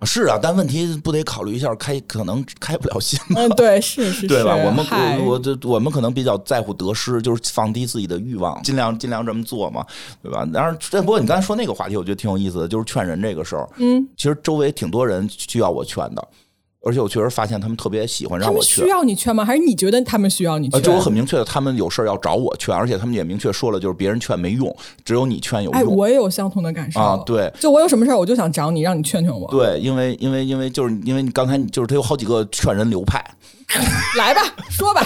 B: 是啊，但问题不得考虑一下开，可能开不了心。
A: 嗯，对，是是，
B: 对吧？
A: 是
B: 我们
A: 嗨
B: 我我这我们可能比较在乎得失，就是放低自己的欲望，尽量尽量这么做嘛，对吧？当然，这不过你刚才说那个话题，我觉得挺有意思的，就是劝人这个事儿。嗯，其实周围挺多人需要我劝的，而且我确实发现他们特别喜欢
A: 他
B: 让我
A: 们
B: 劝
A: 需。要你劝吗？还是你觉得他们需要你
B: 呃，
A: 劝？
B: 就我很明确的，他们有事儿要找我劝，而且他们也明确说了，就是别人劝没用，只有你劝有
A: 哎，
B: 用。
A: 我也有相同的感受
B: 啊对
A: 就我有什么事儿，我就想找你，让你劝劝我。
B: 对，因为因为因为就是因为你刚才你就是他有好几个劝人流派，
A: 来吧，说吧。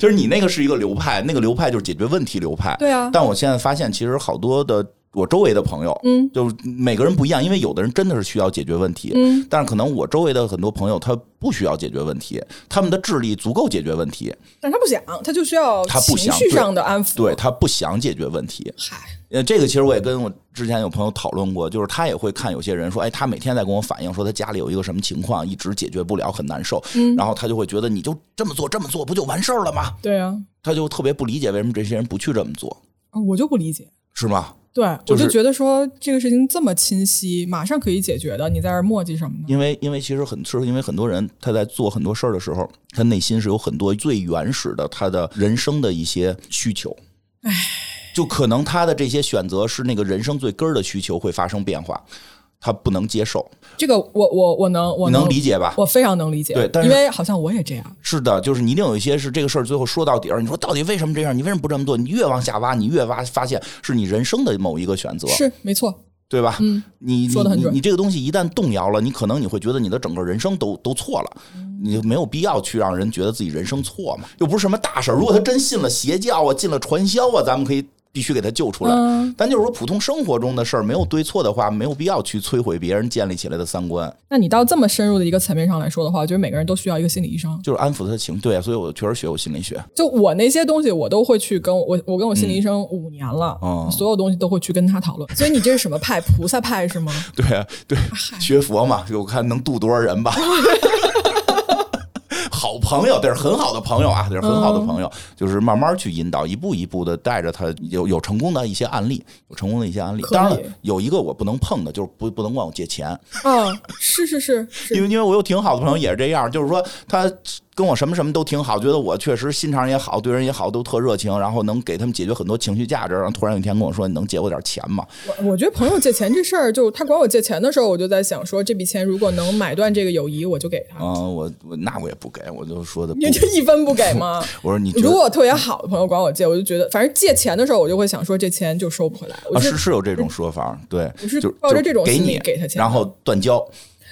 B: 就是你那个是一个流派，那个流派就是解决问题流派。
A: 对啊
B: 但我现在发现，其实好多的我周围的朋友，嗯，就是每个人不一样，因为有的人真的是需要解决问题，嗯，但是可能我周围的很多朋友他不需要解决问题，他们的智力足够解决问题，
A: 但是他不想，他就需要
B: 他不
A: 情
B: 想
A: 绪
B: 对
A: 上的安抚。
B: 对他不想解决问题。
A: 嗨，
B: 呃，这个其实我也跟我之前有朋友讨论过，就是他也会看有些人说，哎，他每天在跟我反映说他家里有一个什么情况，一直解决不了，很难受，然后他就会觉得你就这么做这么做不就完事儿了吗？
A: 对啊，
B: 他就特别不理解为什么这些人不去这么做。
A: 我就不理解。
B: 是吗？
A: 对，
B: 就是
A: 我就觉得说这个事情这么清晰，马上可以解决的，你在这儿磨叽什么呢？
B: 因为因为其实很是因为很多人他在做很多事儿的时候，他内心是有很多最原始的他的人生的一些需求。就可能他的这些选择是那个人生最根儿的需求会发生变化，他不能接受。
A: 这个我我我能我
B: 你能理解吧
A: 我非常能理解。
B: 对但是
A: 因为好像我也这样。
B: 是的，就是你一定有一些是这个事儿，最后说到底儿，你说到底为什么这样？你为什么不这么做？你越往下挖，你越挖发现是你人生的某一个选择，
A: 是没错，
B: 对吧？嗯，你
A: 说得很
B: 你
A: 准
B: 你这个东西一旦动摇了，你可能你会觉得你的整个人生都都错了，
A: 嗯
B: 你就没有必要去让人觉得自己人生错嘛，又不是什么大事儿。如果他真信了邪教啊，进了传销啊，咱们可以必须给他救出来。
A: 嗯
B: 但就是说，普通生活中的事儿没有对错的话，没有必要去摧毁别人建立起来的三观，
A: 那你到这么深入的一个层面上来说的话，我觉得每个人都需要一个心理医生。
B: 就是安抚他的情。对啊，所以我确实学过心理学。
A: 就我那些东西，我都会去跟我我我跟我心理医生五年了，
B: 嗯哦
A: 所有东西都会去跟他讨论。所以你这是什么派？菩萨派是
B: [laughs]
A: 吗？
B: 对啊，对，学佛嘛，我看能度多少人吧。 [laughs] 好朋友，这是很好的朋友啊，这是很好的朋友，
A: 嗯
B: 就是慢慢去引导，一步一步的带着他，有有成功的一些案例，有成功的一些案例。
A: 可以
B: 当然了，有一个我不能碰的，就是不不能管我借钱，
A: 嗯，是是是是
B: 因为因为我有挺好的朋友也是这样，就是说他跟我什么什么都挺好，觉得我确实心肠也好，对人也好，都特热情，然后能给他们解决很多情绪价值。然后突然有一天跟我说：“你能借我点钱吗
A: 我我觉得朋友借钱这事儿，就他管我借钱的时候，我就在想说，这笔钱如果能买断这个友谊，我就给？”他。
B: 嗯，我我那我也不给，我就说的不
A: 你，就一分不给吗？
B: [laughs] 我说你觉得
A: 如果特别好的朋友管我借，我就觉得，反正借钱的时候，我就会想说，这钱就收不回来。我
B: 啊，
A: 就是
B: 是有这种说法，对，
A: 我是
B: 就
A: 抱着
B: 就
A: 这种
B: 给
A: 心理
B: 你
A: 给他钱
B: 然后断交，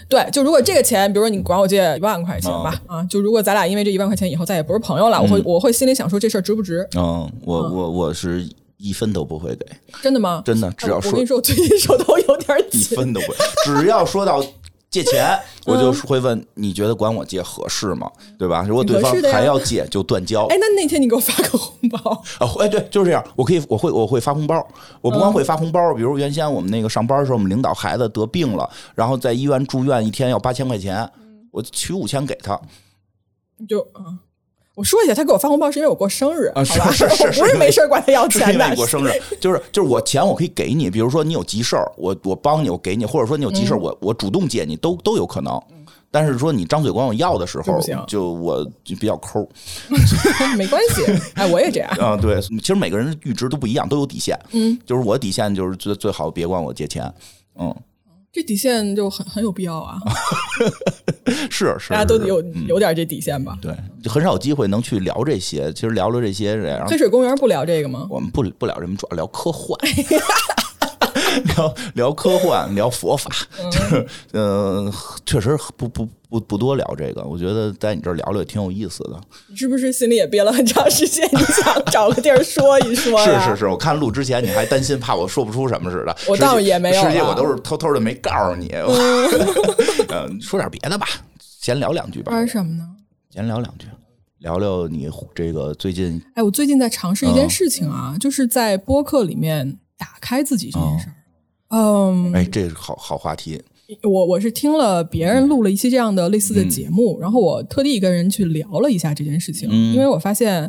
A: 对，就如果这个钱，比如说你管我借一万块钱吧，
B: 哦
A: 啊，就如果咱俩因为这一万块钱以后再也不是朋友了，我会我会心里想说这事儿值不值？
B: 嗯，我我我是一分都不会给，
A: 真的吗？哎
B: 真的，只
A: 啊
B: 要
A: 我我
B: 说
A: 跟你说，我最近手头有点
B: 一
A: 紧。
B: 分都不会，只要说到。借钱，我
A: 嗯
B: 就会问你觉得管我借合适吗？对吧？如果对
A: 合
B: 方
A: 适的呀
B: 还要借，就断交。
A: 哎，那那天你给我发个红包，
B: 哦，哎，对，就是这样。我可以，我会，我会发红包。我
A: 嗯
B: 不光会发红包，比如原先我们那个上班的时候，我们领导孩子得病了，然后在医院住院一天要八千块钱，
A: 嗯
B: 我取五千给他。
A: 你就啊。我说一下，他给我发红包是因为我过生日，
B: 啊
A: 好吧？
B: 是是是
A: 我不是
B: 是
A: 没事儿管他要
B: [laughs] 是
A: 钱
B: 因为
A: 的。
B: 你过
A: [laughs]
B: 生日，就是就是我钱我可以给你，比如说你有急事儿，我我帮你，我给你，或者说你有急
A: 嗯
B: 事儿，我我主动借你，都都有可能。但是说你张嘴管我要的时
A: 就
B: 候
A: 嗯不行，
B: 就我就比较抠
A: 没关
B: [laughs]
A: 系，哎，我也这样。
B: 啊、对， [laughs] 其实每个人的阈值都不一样，都有底线。嗯，就是我底线就是最最好别管我借钱。嗯，
A: 这底线就很很有必要啊，
B: 是是，
A: 大家都
B: 是嗯
A: 有有点这底线吧。
B: 对，就很少有机会能去聊这些。其实聊聊这些，然后
A: 黑水公园不聊这个吗？
B: 我们不不聊这么，主要聊科幻， [laughs] 聊聊科幻，聊佛法，
A: 嗯
B: 就是呃，确实不不不不多聊这个。我觉得在你这儿聊聊也挺有意思的。
A: 你是不是心里也憋了很长时间？你
B: [laughs]
A: 想找个地儿说一说
B: 是
A: 呀？
B: 是是，我看录之前你还担心怕我说不出什么似的，
A: 啊我
B: 实际
A: 倒也没有
B: 实际我
A: 啊
B: 都是偷偷的没告诉你。 [laughs] 嗯，说点别的吧，闲聊两句吧，
A: 玩什么呢？
B: 闲聊两句，聊聊你这个最近
A: 哎，我最近在尝试
B: 嗯
A: 一件事情啊，就是在播客里面打开自己这件事儿。嗯，
B: 哎，这是好好话题。
A: 我我是听了别人
B: 嗯
A: 录了一期这样的类似的节目，然后我特地跟人去聊了一下这件事情，
B: 嗯
A: 因为我发现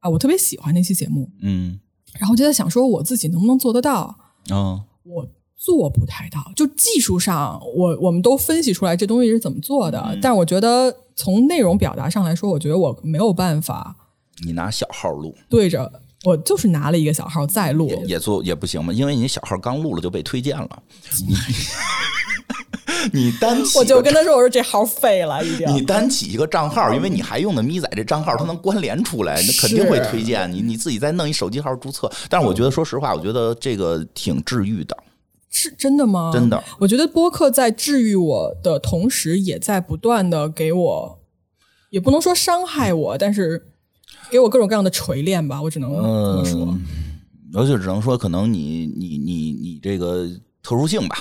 A: 啊，我特别喜欢那期节目，
B: 嗯
A: 然后就在想说我自己能不能做得到。
B: 嗯
A: 我做不太到。就技术上，我我们都分析出来这东西是怎么做的，
B: 嗯
A: 但我觉得从内容表达上来说，我觉得我没有办法
B: 你拿小号录
A: 对着。我就是拿了一个小号再录
B: 也，也做也不行吗？因为你小号刚录了就被推荐了，你你单起
A: 我
B: 一个
A: 就跟他说：“我说这号废了，已经。
B: 你单起一个账号，因为你还用的咪仔这账号，它能关联出来，那肯定会推荐你。你自己再弄一手机号注册，但是我
A: 嗯
B: 觉得，说实话，我觉得这个挺治愈的，”
A: 是真的吗？
B: 真的。
A: 我觉得播客在治愈我的同时，也在不断的给我，也不能说伤害我，但是给我各种各样的锤炼吧。我只能这么说。
B: 嗯，而且只能说，可能你你你你这个特殊性吧。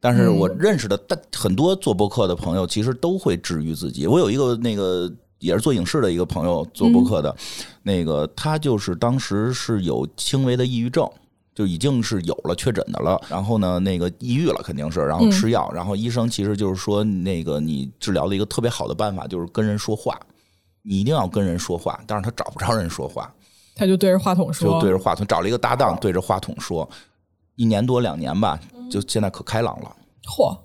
B: 但是
A: 嗯
B: 我认识的大很多做播客的朋友，其实都会治愈自己。我有一个那个也是做影视的一个朋友，做播客的，
A: 嗯
B: 那个他就是当时是有轻微的抑郁症。就已经是有了确诊的了，然后呢，那个抑郁了肯定是，然后
A: 嗯
B: 吃药，然后医生其实就是说，那个你治疗的一个特别好的办法就是跟人说话，你一定要跟人说话，但是他找不着人说话，
A: 他就对着话筒说：“
B: 就对着话筒找了一个搭档，对着话筒说，一年多两年吧，
A: 嗯
B: 就现在可开朗了。
A: 嚯，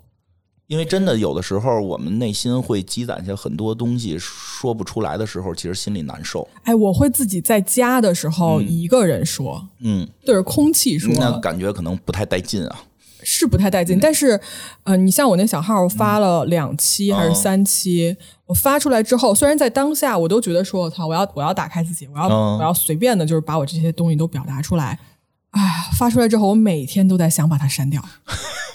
B: 因为真的有的时候，我们内心会积攒下很多东西，说不出来的时候，其实心里难受。
A: 哎，我会自己在家的时候一个人说，
B: 嗯，
A: 对着空气说，啊
B: 那感觉可能不太带劲啊。
A: 是不太带
B: 嗯
A: 劲。但是，呃，你像我那小号发了两期
B: 哦
A: 还是三期，我发出来之后，虽然在当下我都觉得说，我操，我要我要打开自己，我要、
B: 嗯
A: 我要随便的，就是把我这些东西都表达出来。哎呀，发出来之后，我每天都在想把它删
B: [laughs]
A: 掉，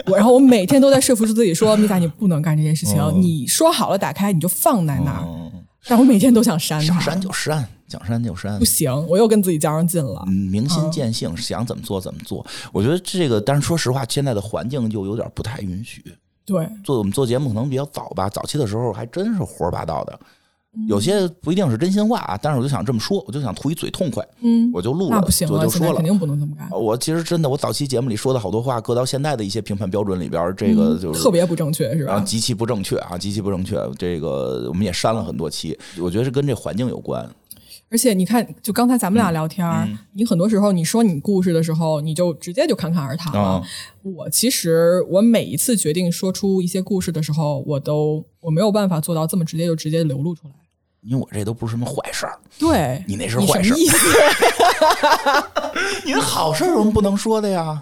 A: 我然后我每天都在说服自己说，米达，你不能干这件事情，你说好了打开你就放在那儿，
B: 嗯，
A: 但我每天都想删它
B: 想删就删，想删就删
A: 哎不，行，我又跟自己较上劲了。
B: 嗯，明心见性，想怎么做怎么做。我觉得这个，但是说实话，现在的环境又有点不太允许。
A: 对，
B: 做我们做节目可能比较早吧，早期的时候还真是胡说八道的，
A: 嗯
B: 有些不一定是真心话啊，但是我就想这么说，我就想图一嘴痛快，
A: 嗯，
B: 我就录
A: 那
B: 了，
A: 不行
B: 我
A: 了，
B: 就
A: 现在
B: 说了呃哦
A: 肯。定不能这么干，
B: 我其实真的，我早期节目里说的好多话，搁到现在的一些评判标准里边儿，这个就
A: 嗯
B: 是
A: 特别不正确是啊
B: 然后
A: 吧？
B: 极其不正确啊，极其不正确。这个我们也删了很多期，我觉得是跟这环境有关。
A: 而且你看，就刚才咱
B: 嗯
A: 们俩聊天儿，你很多时候你说你故事的时候，你就直接就侃侃而谈
B: 哦
A: 了。我其实我每一次决定说出一些故事的时候，我都我没有办法做到这么直接就直接流露出来。
B: 因为我这都不是什么坏事儿，
A: 对
B: 你那是
A: 你
B: 坏事
A: 什
B: 儿
A: 么意思？ [laughs]
B: 你的好事儿有什么不能说的呀？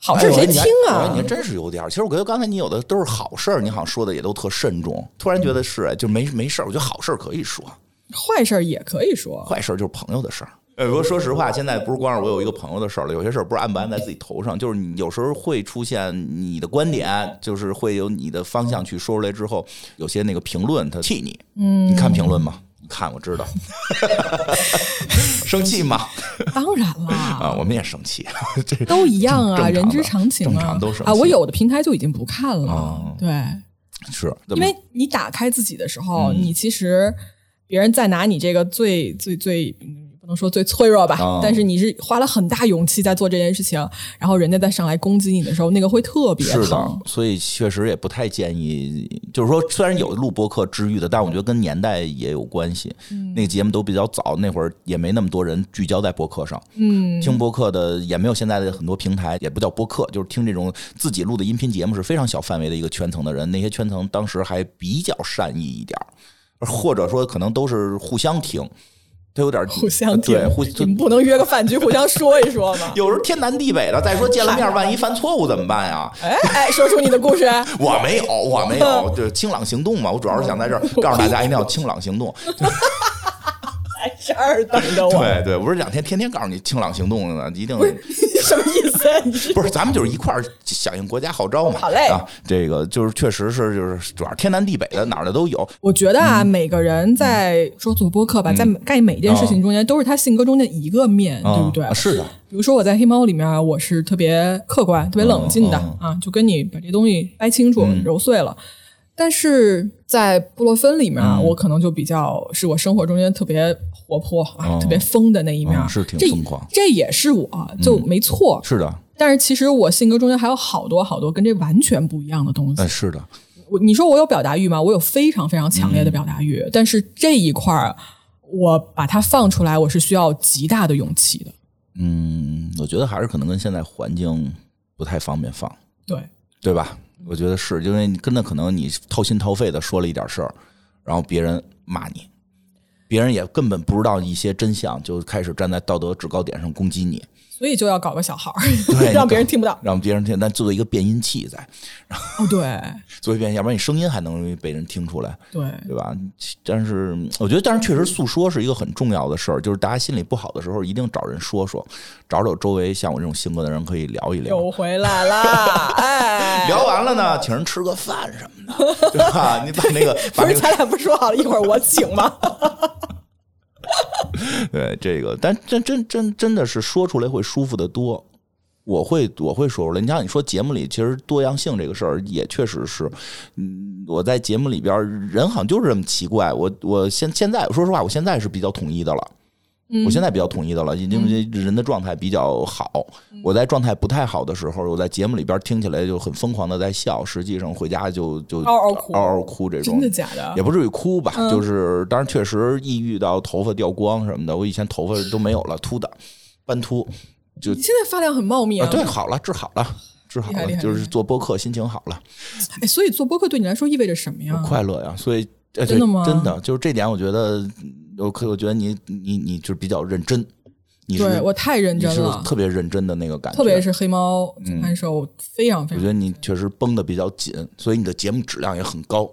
A: 好事儿谁听
B: 哎我说你还我说
A: 啊
B: 你还？真是有点儿。其实我觉得刚才你有的都是好事儿，你好像说的也都特慎重。突然觉得是，哎就没没事儿。我觉得好事儿可以说，
A: 坏事儿也可以说，
B: 坏事儿就是朋友的事儿。呃，不过说实话，现在不是光是我有一个朋友的事儿了，有些事儿不是按不按在自己头上，就是你有时候会出现你的观点，就是会有你的方向去说出来之后，有些那个评论他气你，嗯，你看评论吗？你看，我知道， [laughs] 生气吗？
A: 嗯当然
B: [laughs]
A: 啦。
B: 啊，我们也生气，这
A: 都一样啊，
B: 正正常的
A: 人之常情
B: 正
A: 啊
B: 常都是哦
A: 啊！我有的平台就已经不看了，对，
B: 是
A: 因为你打开自己的时候，
B: 嗯
A: 你其实别人在拿你这个最最最嗯不能说最脆弱吧，
B: 哦
A: 但是你是花了很大勇气在做这件事情，然后人家再上来攻击你的时候，那个会特别
B: 是的
A: 疼，，
B: 所以确实也不太建议。就是说，虽然有录播客治愈的，但我觉得跟年代也有关系。那个节目都比较早，那会儿也没那么多人聚焦在播客上。嗯，听播客的也没有现在的很多平台，也不叫播客，就是听这种自己录的音频节目是非常小范围的一个圈层的人。那些圈层当时还比较善意一点儿，或者说可能都是互相听。他有点
A: 互相听
B: 呃对互，
A: 你们不能约个饭局互相说一说
B: [laughs]？
A: 吗
B: 有时候天南地北的。再说见了面，万一犯错误怎么办呀？
A: 哎哎，说出你的故事，
B: 我没有，我没
A: 哦
B: 有，就是清朗行动嘛。我主要是想在这儿告诉大家，一定要清朗行
A: [laughs] 哦
B: 动。哎
A: 在 [laughs] 这儿哎等着我，
B: 对对，不是两天天天告诉你清朗行动呢，一定
A: 什么意思啊？你是
B: 不是，咱们就是一块儿响应国家号召嘛。
A: 好嘞
B: 啊，这个就是确实是就是主要是天南地北的哪儿的都有。
A: 我觉得啊，每个人在说做播
B: 嗯
A: 客吧，在干每件事情中间，都是他性格中的一个面，嗯对不对
B: 哦啊？是的，
A: 比如说我在黑猫里面，啊我是特别客观、特别冷静的
B: 嗯
A: 啊，就跟你把这东西掰清楚、揉碎了。但是在布洛芬里面
B: 嗯
A: 啊，我可能就比较是我生活中间特别活泼啊，
B: 嗯
A: 特别疯的那一面啊
B: 嗯，是挺
A: 这
B: 疯狂嗯
A: 这也是我，啊就没错。
B: 是的，
A: 但是其实我性格中间还有好多好多跟这完全不一样的东西
B: 嗯，。是的，
A: 我你说我有表达欲吗？我有非常非常强烈的表达
B: 嗯
A: 欲，但是这一块儿我把它放出来，我是需要极大的勇气的。
B: 嗯，我觉得还是可能跟现在环境不太方便放。
A: 对，
B: 对吧？我觉得是，因为你真的可能你掏心掏肺的说了一点事儿，然后别人骂你，别人也根本不知道一些真相，就开始站在道德制高点上攻
A: [laughs]
B: 击你，
A: 所以就要搞个小号
B: 对，
A: [laughs]
B: [laughs]
A: 儿，让别人听不到。
B: 让别人听，但做一个变音器在，
A: 哦，对
B: 做一遍，要不然你声音还能容易被人听出来，
A: 对，
B: 对吧？但是我觉得，但是确实诉说是一个很重要的事儿，就是大家心里不好的时候，一定找人说说，找找周围像我这种性格的人可以聊一聊。
A: 又回来啦！哎， [laughs]
B: 聊完了呢，请人吃个饭什么的，对吧？你把那
A: [laughs]
B: 个把
A: 不
B: 那
A: 是
B: 个
A: 咱俩不是说好了一会儿我请
B: [laughs]
A: 吗？
B: 对这个，但真真真真的是说出来会舒服的多。我会我会说出来，你像你说节目里，其实多样性这个事儿也确实是，嗯，我在节目里边儿人好像就是这么奇怪。我我现现在说实话，我现在是比较统一的了，
A: 嗯
B: 我现在比较统一的了，因为人的状态比较好。
A: 嗯
B: 我在状态不太好的时候，我在节目里边儿听起来就很疯狂的在笑，实际上回家就就
A: 嗷嗷哭
B: 嗷嗷哭这种，
A: 真的假的
B: 也？不至于哭吧，
A: 嗯
B: 就是当然确实抑郁到头发掉光什么的，我以前头发都没有了，秃的，斑秃
A: 嗯
B: 就
A: 你现在发量很茂密
B: 啊，
A: 啊！
B: 对，好了，治好了，治好
A: 厉害厉
B: 了，
A: 害
B: 就是做播客心情好了，
A: 哎，所以做播客对你来说意味着什么呀？
B: 快乐呀，所以哎对
A: 嗯真的吗
B: 真的就是这点，我觉得嗯我可我觉得你你你就是比较认真，你是
A: 对我太认
B: 你
A: 真
B: 是
A: 了，
B: 特别认真的那个感觉，
A: 特别是黑猫看守，我非常非常
B: 我觉得你确实绷得比较紧，所以你的节目质量也很高，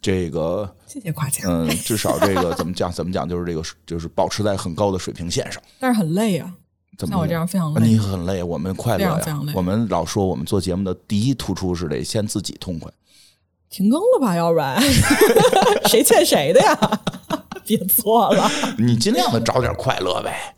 B: 这个。
A: 谢谢夸奖，
B: 嗯，至少这个怎么讲？怎么讲？就是这个，就是保持在很高的水平线上。
A: 但是很累啊，
B: 怎么
A: 像我这样非常
B: 啊
A: 累
B: 你。很累，我们快
A: 嗯非
B: 乐
A: 常非
B: 呀
A: 常累。
B: 我们老说我们做节目的第一突出是得先自己痛快。
A: [laughs] 停更了吧？要不然谁欠谁的呀？ [laughs] 别做了。
B: 你尽量的找点快
A: [laughs]
B: 乐呗。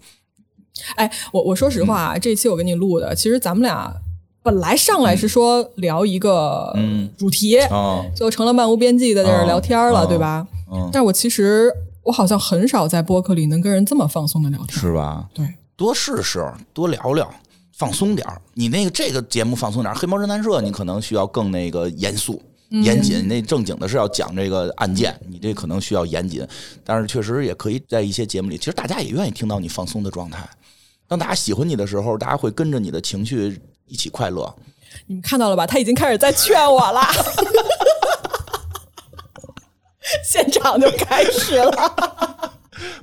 A: 哎，我我说实话
B: 嗯
A: 啊，这期我给你录的，其实咱们俩本来上来是说聊一个
B: 嗯
A: 主题，
B: 啊，
A: 就成了漫无边际的在这儿聊天了，
B: 嗯
A: 对吧？
B: 嗯
A: 但我其实我好像很少在播客里能跟人这么放松的聊天。
B: 是吧？
A: 对，
B: 多试试，多聊聊，放松点儿。你那个这个节目放松点儿，《黑猫侦探社》你可能需要更那个严肃。
A: 嗯
B: 严谨，你那正经的是要讲这个案件，你这可能需要严谨，但是确实也可以在一些节目里，其实大家也愿意听到你放松的状态。当大家喜欢你的时候，大家会跟着你的情绪一起快乐。
A: 你们看到了吧？他已经开始在劝我了， [laughs] 现场就开始了。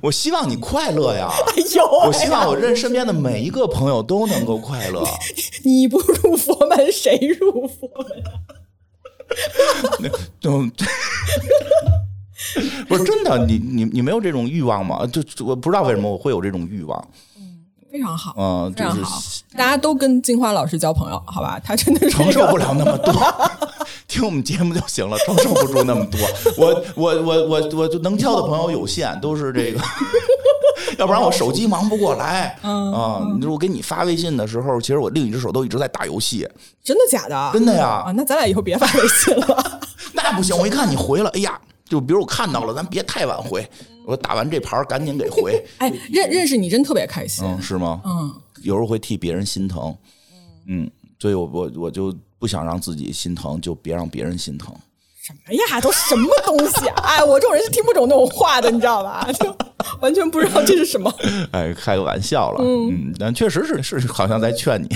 B: 我希望你快乐呀！
A: 哎呦，
B: [laughs] 我希望我认身边的每一个朋友都能够快乐。
A: 你不入佛门，谁入佛门？
B: 嗯，不是真的，你你你没有这种欲望吗？就就我不知道为什么我会有这种欲望，
A: 非常好，
B: 嗯、
A: 非
B: 就
A: 常好
B: 是，
A: 大家都跟金花老师交朋友，好吧？他真的是
B: 承
A: 一个
B: 受不了那么多，听我们节目就行了，承受不住那么多。我我我我我就能交的朋友有限，都是这个， [laughs] 要不然我手机忙不过来。
A: 嗯
B: 啊，你说我给你发微信的时候，其实我另一只手都一直在打游戏，
A: 真的假的？
B: 真的
A: 啊
B: 呀，，
A: 那咱俩以后别发微信
B: [laughs]
A: 了。
B: 那不行。我一看你回了，哎呀，就比如我看到了，咱别太晚回。我打完这盘儿赶紧给回，
A: 哎，认认识你真特别开心。
B: [laughs] 嗯，是吗？
A: 嗯，
B: 有时候会替别人心疼，嗯，所以我我我就不想让自己心疼，就别让别人心疼。
A: 什么哎呀？都什么东西、
B: [laughs]
A: 啊？哎，我这种人是听不懂那种话的，你知道吧？就完全不知道这是什么。
B: 哎，开个玩笑了，嗯，但确实是是好像在劝你，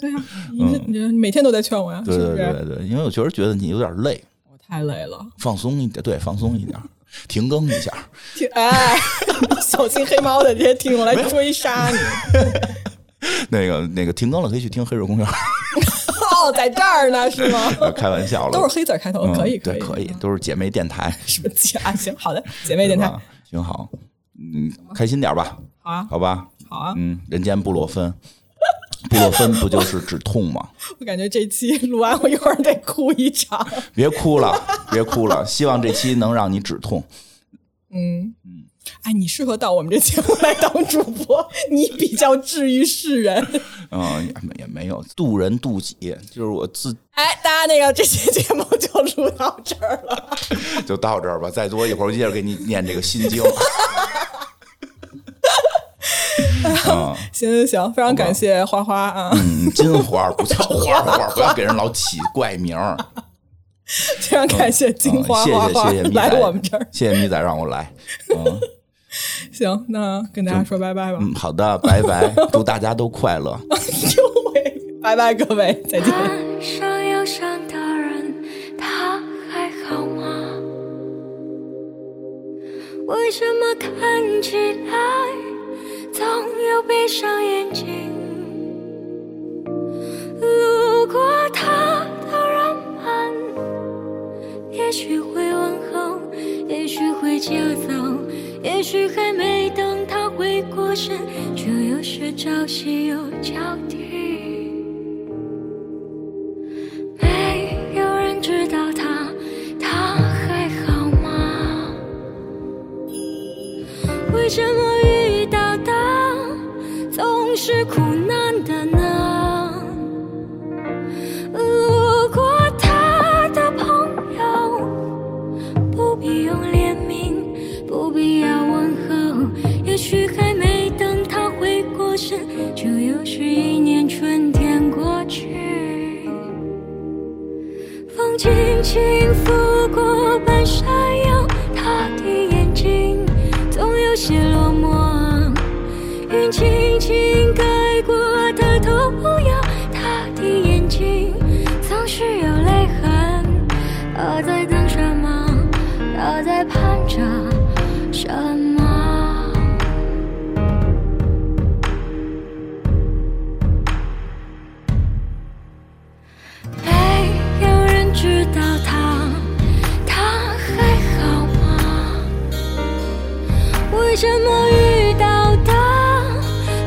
A: 对呀、你你你每天都在劝我呀，
B: 对
A: 是
B: 对
A: 不是？
B: 对对，因为我确实觉得你有点累，
A: 我太累了，
B: 放松一点，对，放松一 [laughs] 点，停更一下。
A: 听哎， [laughs] 小心黑猫的这些听众来追杀
B: [laughs]
A: 你。
B: 那个那个停更了，可以去听《黑水公园》
A: 哦，在这儿呢是
B: [laughs]
A: 吗？
B: 呃，开玩笑了，
A: 都是黑字儿开头，
B: 嗯
A: 可以
B: 对，
A: 以
B: 可
A: 可
B: 以，，都是姐妹电台，
A: 什么姐啊？行，好的，姐妹
B: [laughs] 对
A: 电台，
B: 吧？挺好，嗯，开心点吧，
A: 好啊，
B: 好吧，
A: 好啊。
B: 嗯，人间布洛芬，布洛芬不就是止痛吗？
A: 我感觉这期录完，我一会儿得哭一场。
B: 别哭
A: [laughs]
B: 了，别哭了，希望这期能让你止痛。
A: 嗯嗯，哎，你适合到我们这节目来当主播，你比较治愈世人。
B: 嗯，也没也没有渡人渡己，就是我自
A: 哎，大家那个这期节目就录到这儿了。
B: 就到这儿吧。再多一会儿，我接着给你念这个心
A: [laughs]
B: 经。啊，
A: 行行行，非常感谢花花啊，
B: 嗯，金花不叫花花，不要给人老起怪名儿。
A: 非常感谢金花
B: 嗯
A: 花花
B: 谢谢谢谢米
A: 来
B: 仔，
A: 我们这儿。
B: 谢谢米仔让我来。嗯
A: 行，那跟大家说拜拜吧。 [laughs]
B: 嗯，好的，拜拜，祝大家都快乐。
A: 呦喂，拜拜各位，再见。
C: 岸上有伤的人，他还好吗？为什么看起来总有闭上眼睛？路过他的人们，也许会问候，也许会就走，也许还没等他回过神，就有些朝夕又交替。没哎有人知道他，他还好吗？为什么遇到的总是苦难的呢？路过他的朋友，不必用怜悯，不必要问候，也许还没等他回过神，就又是一年春天过去。风轻轻拂过半山腰，他的眼睛总有些落寞。云轻轻盖过他头不摇，他的眼睛总是有泪痕。他在等什么？他在盼着什么？没有人知道他，他还好吗？为什么遇到的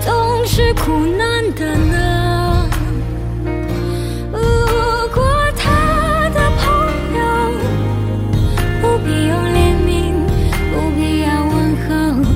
C: 总是苦难的呢？路过他的朋友，不必用怜悯，不必要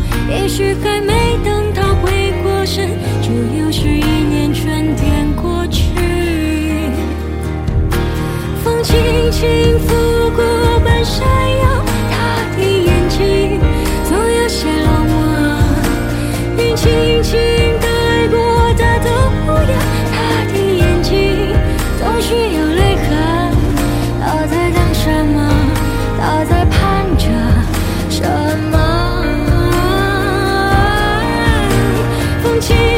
C: 云轻轻带过他的模样，他的眼睛总是有泪痕。他在等什么？他在盼着什么？风轻。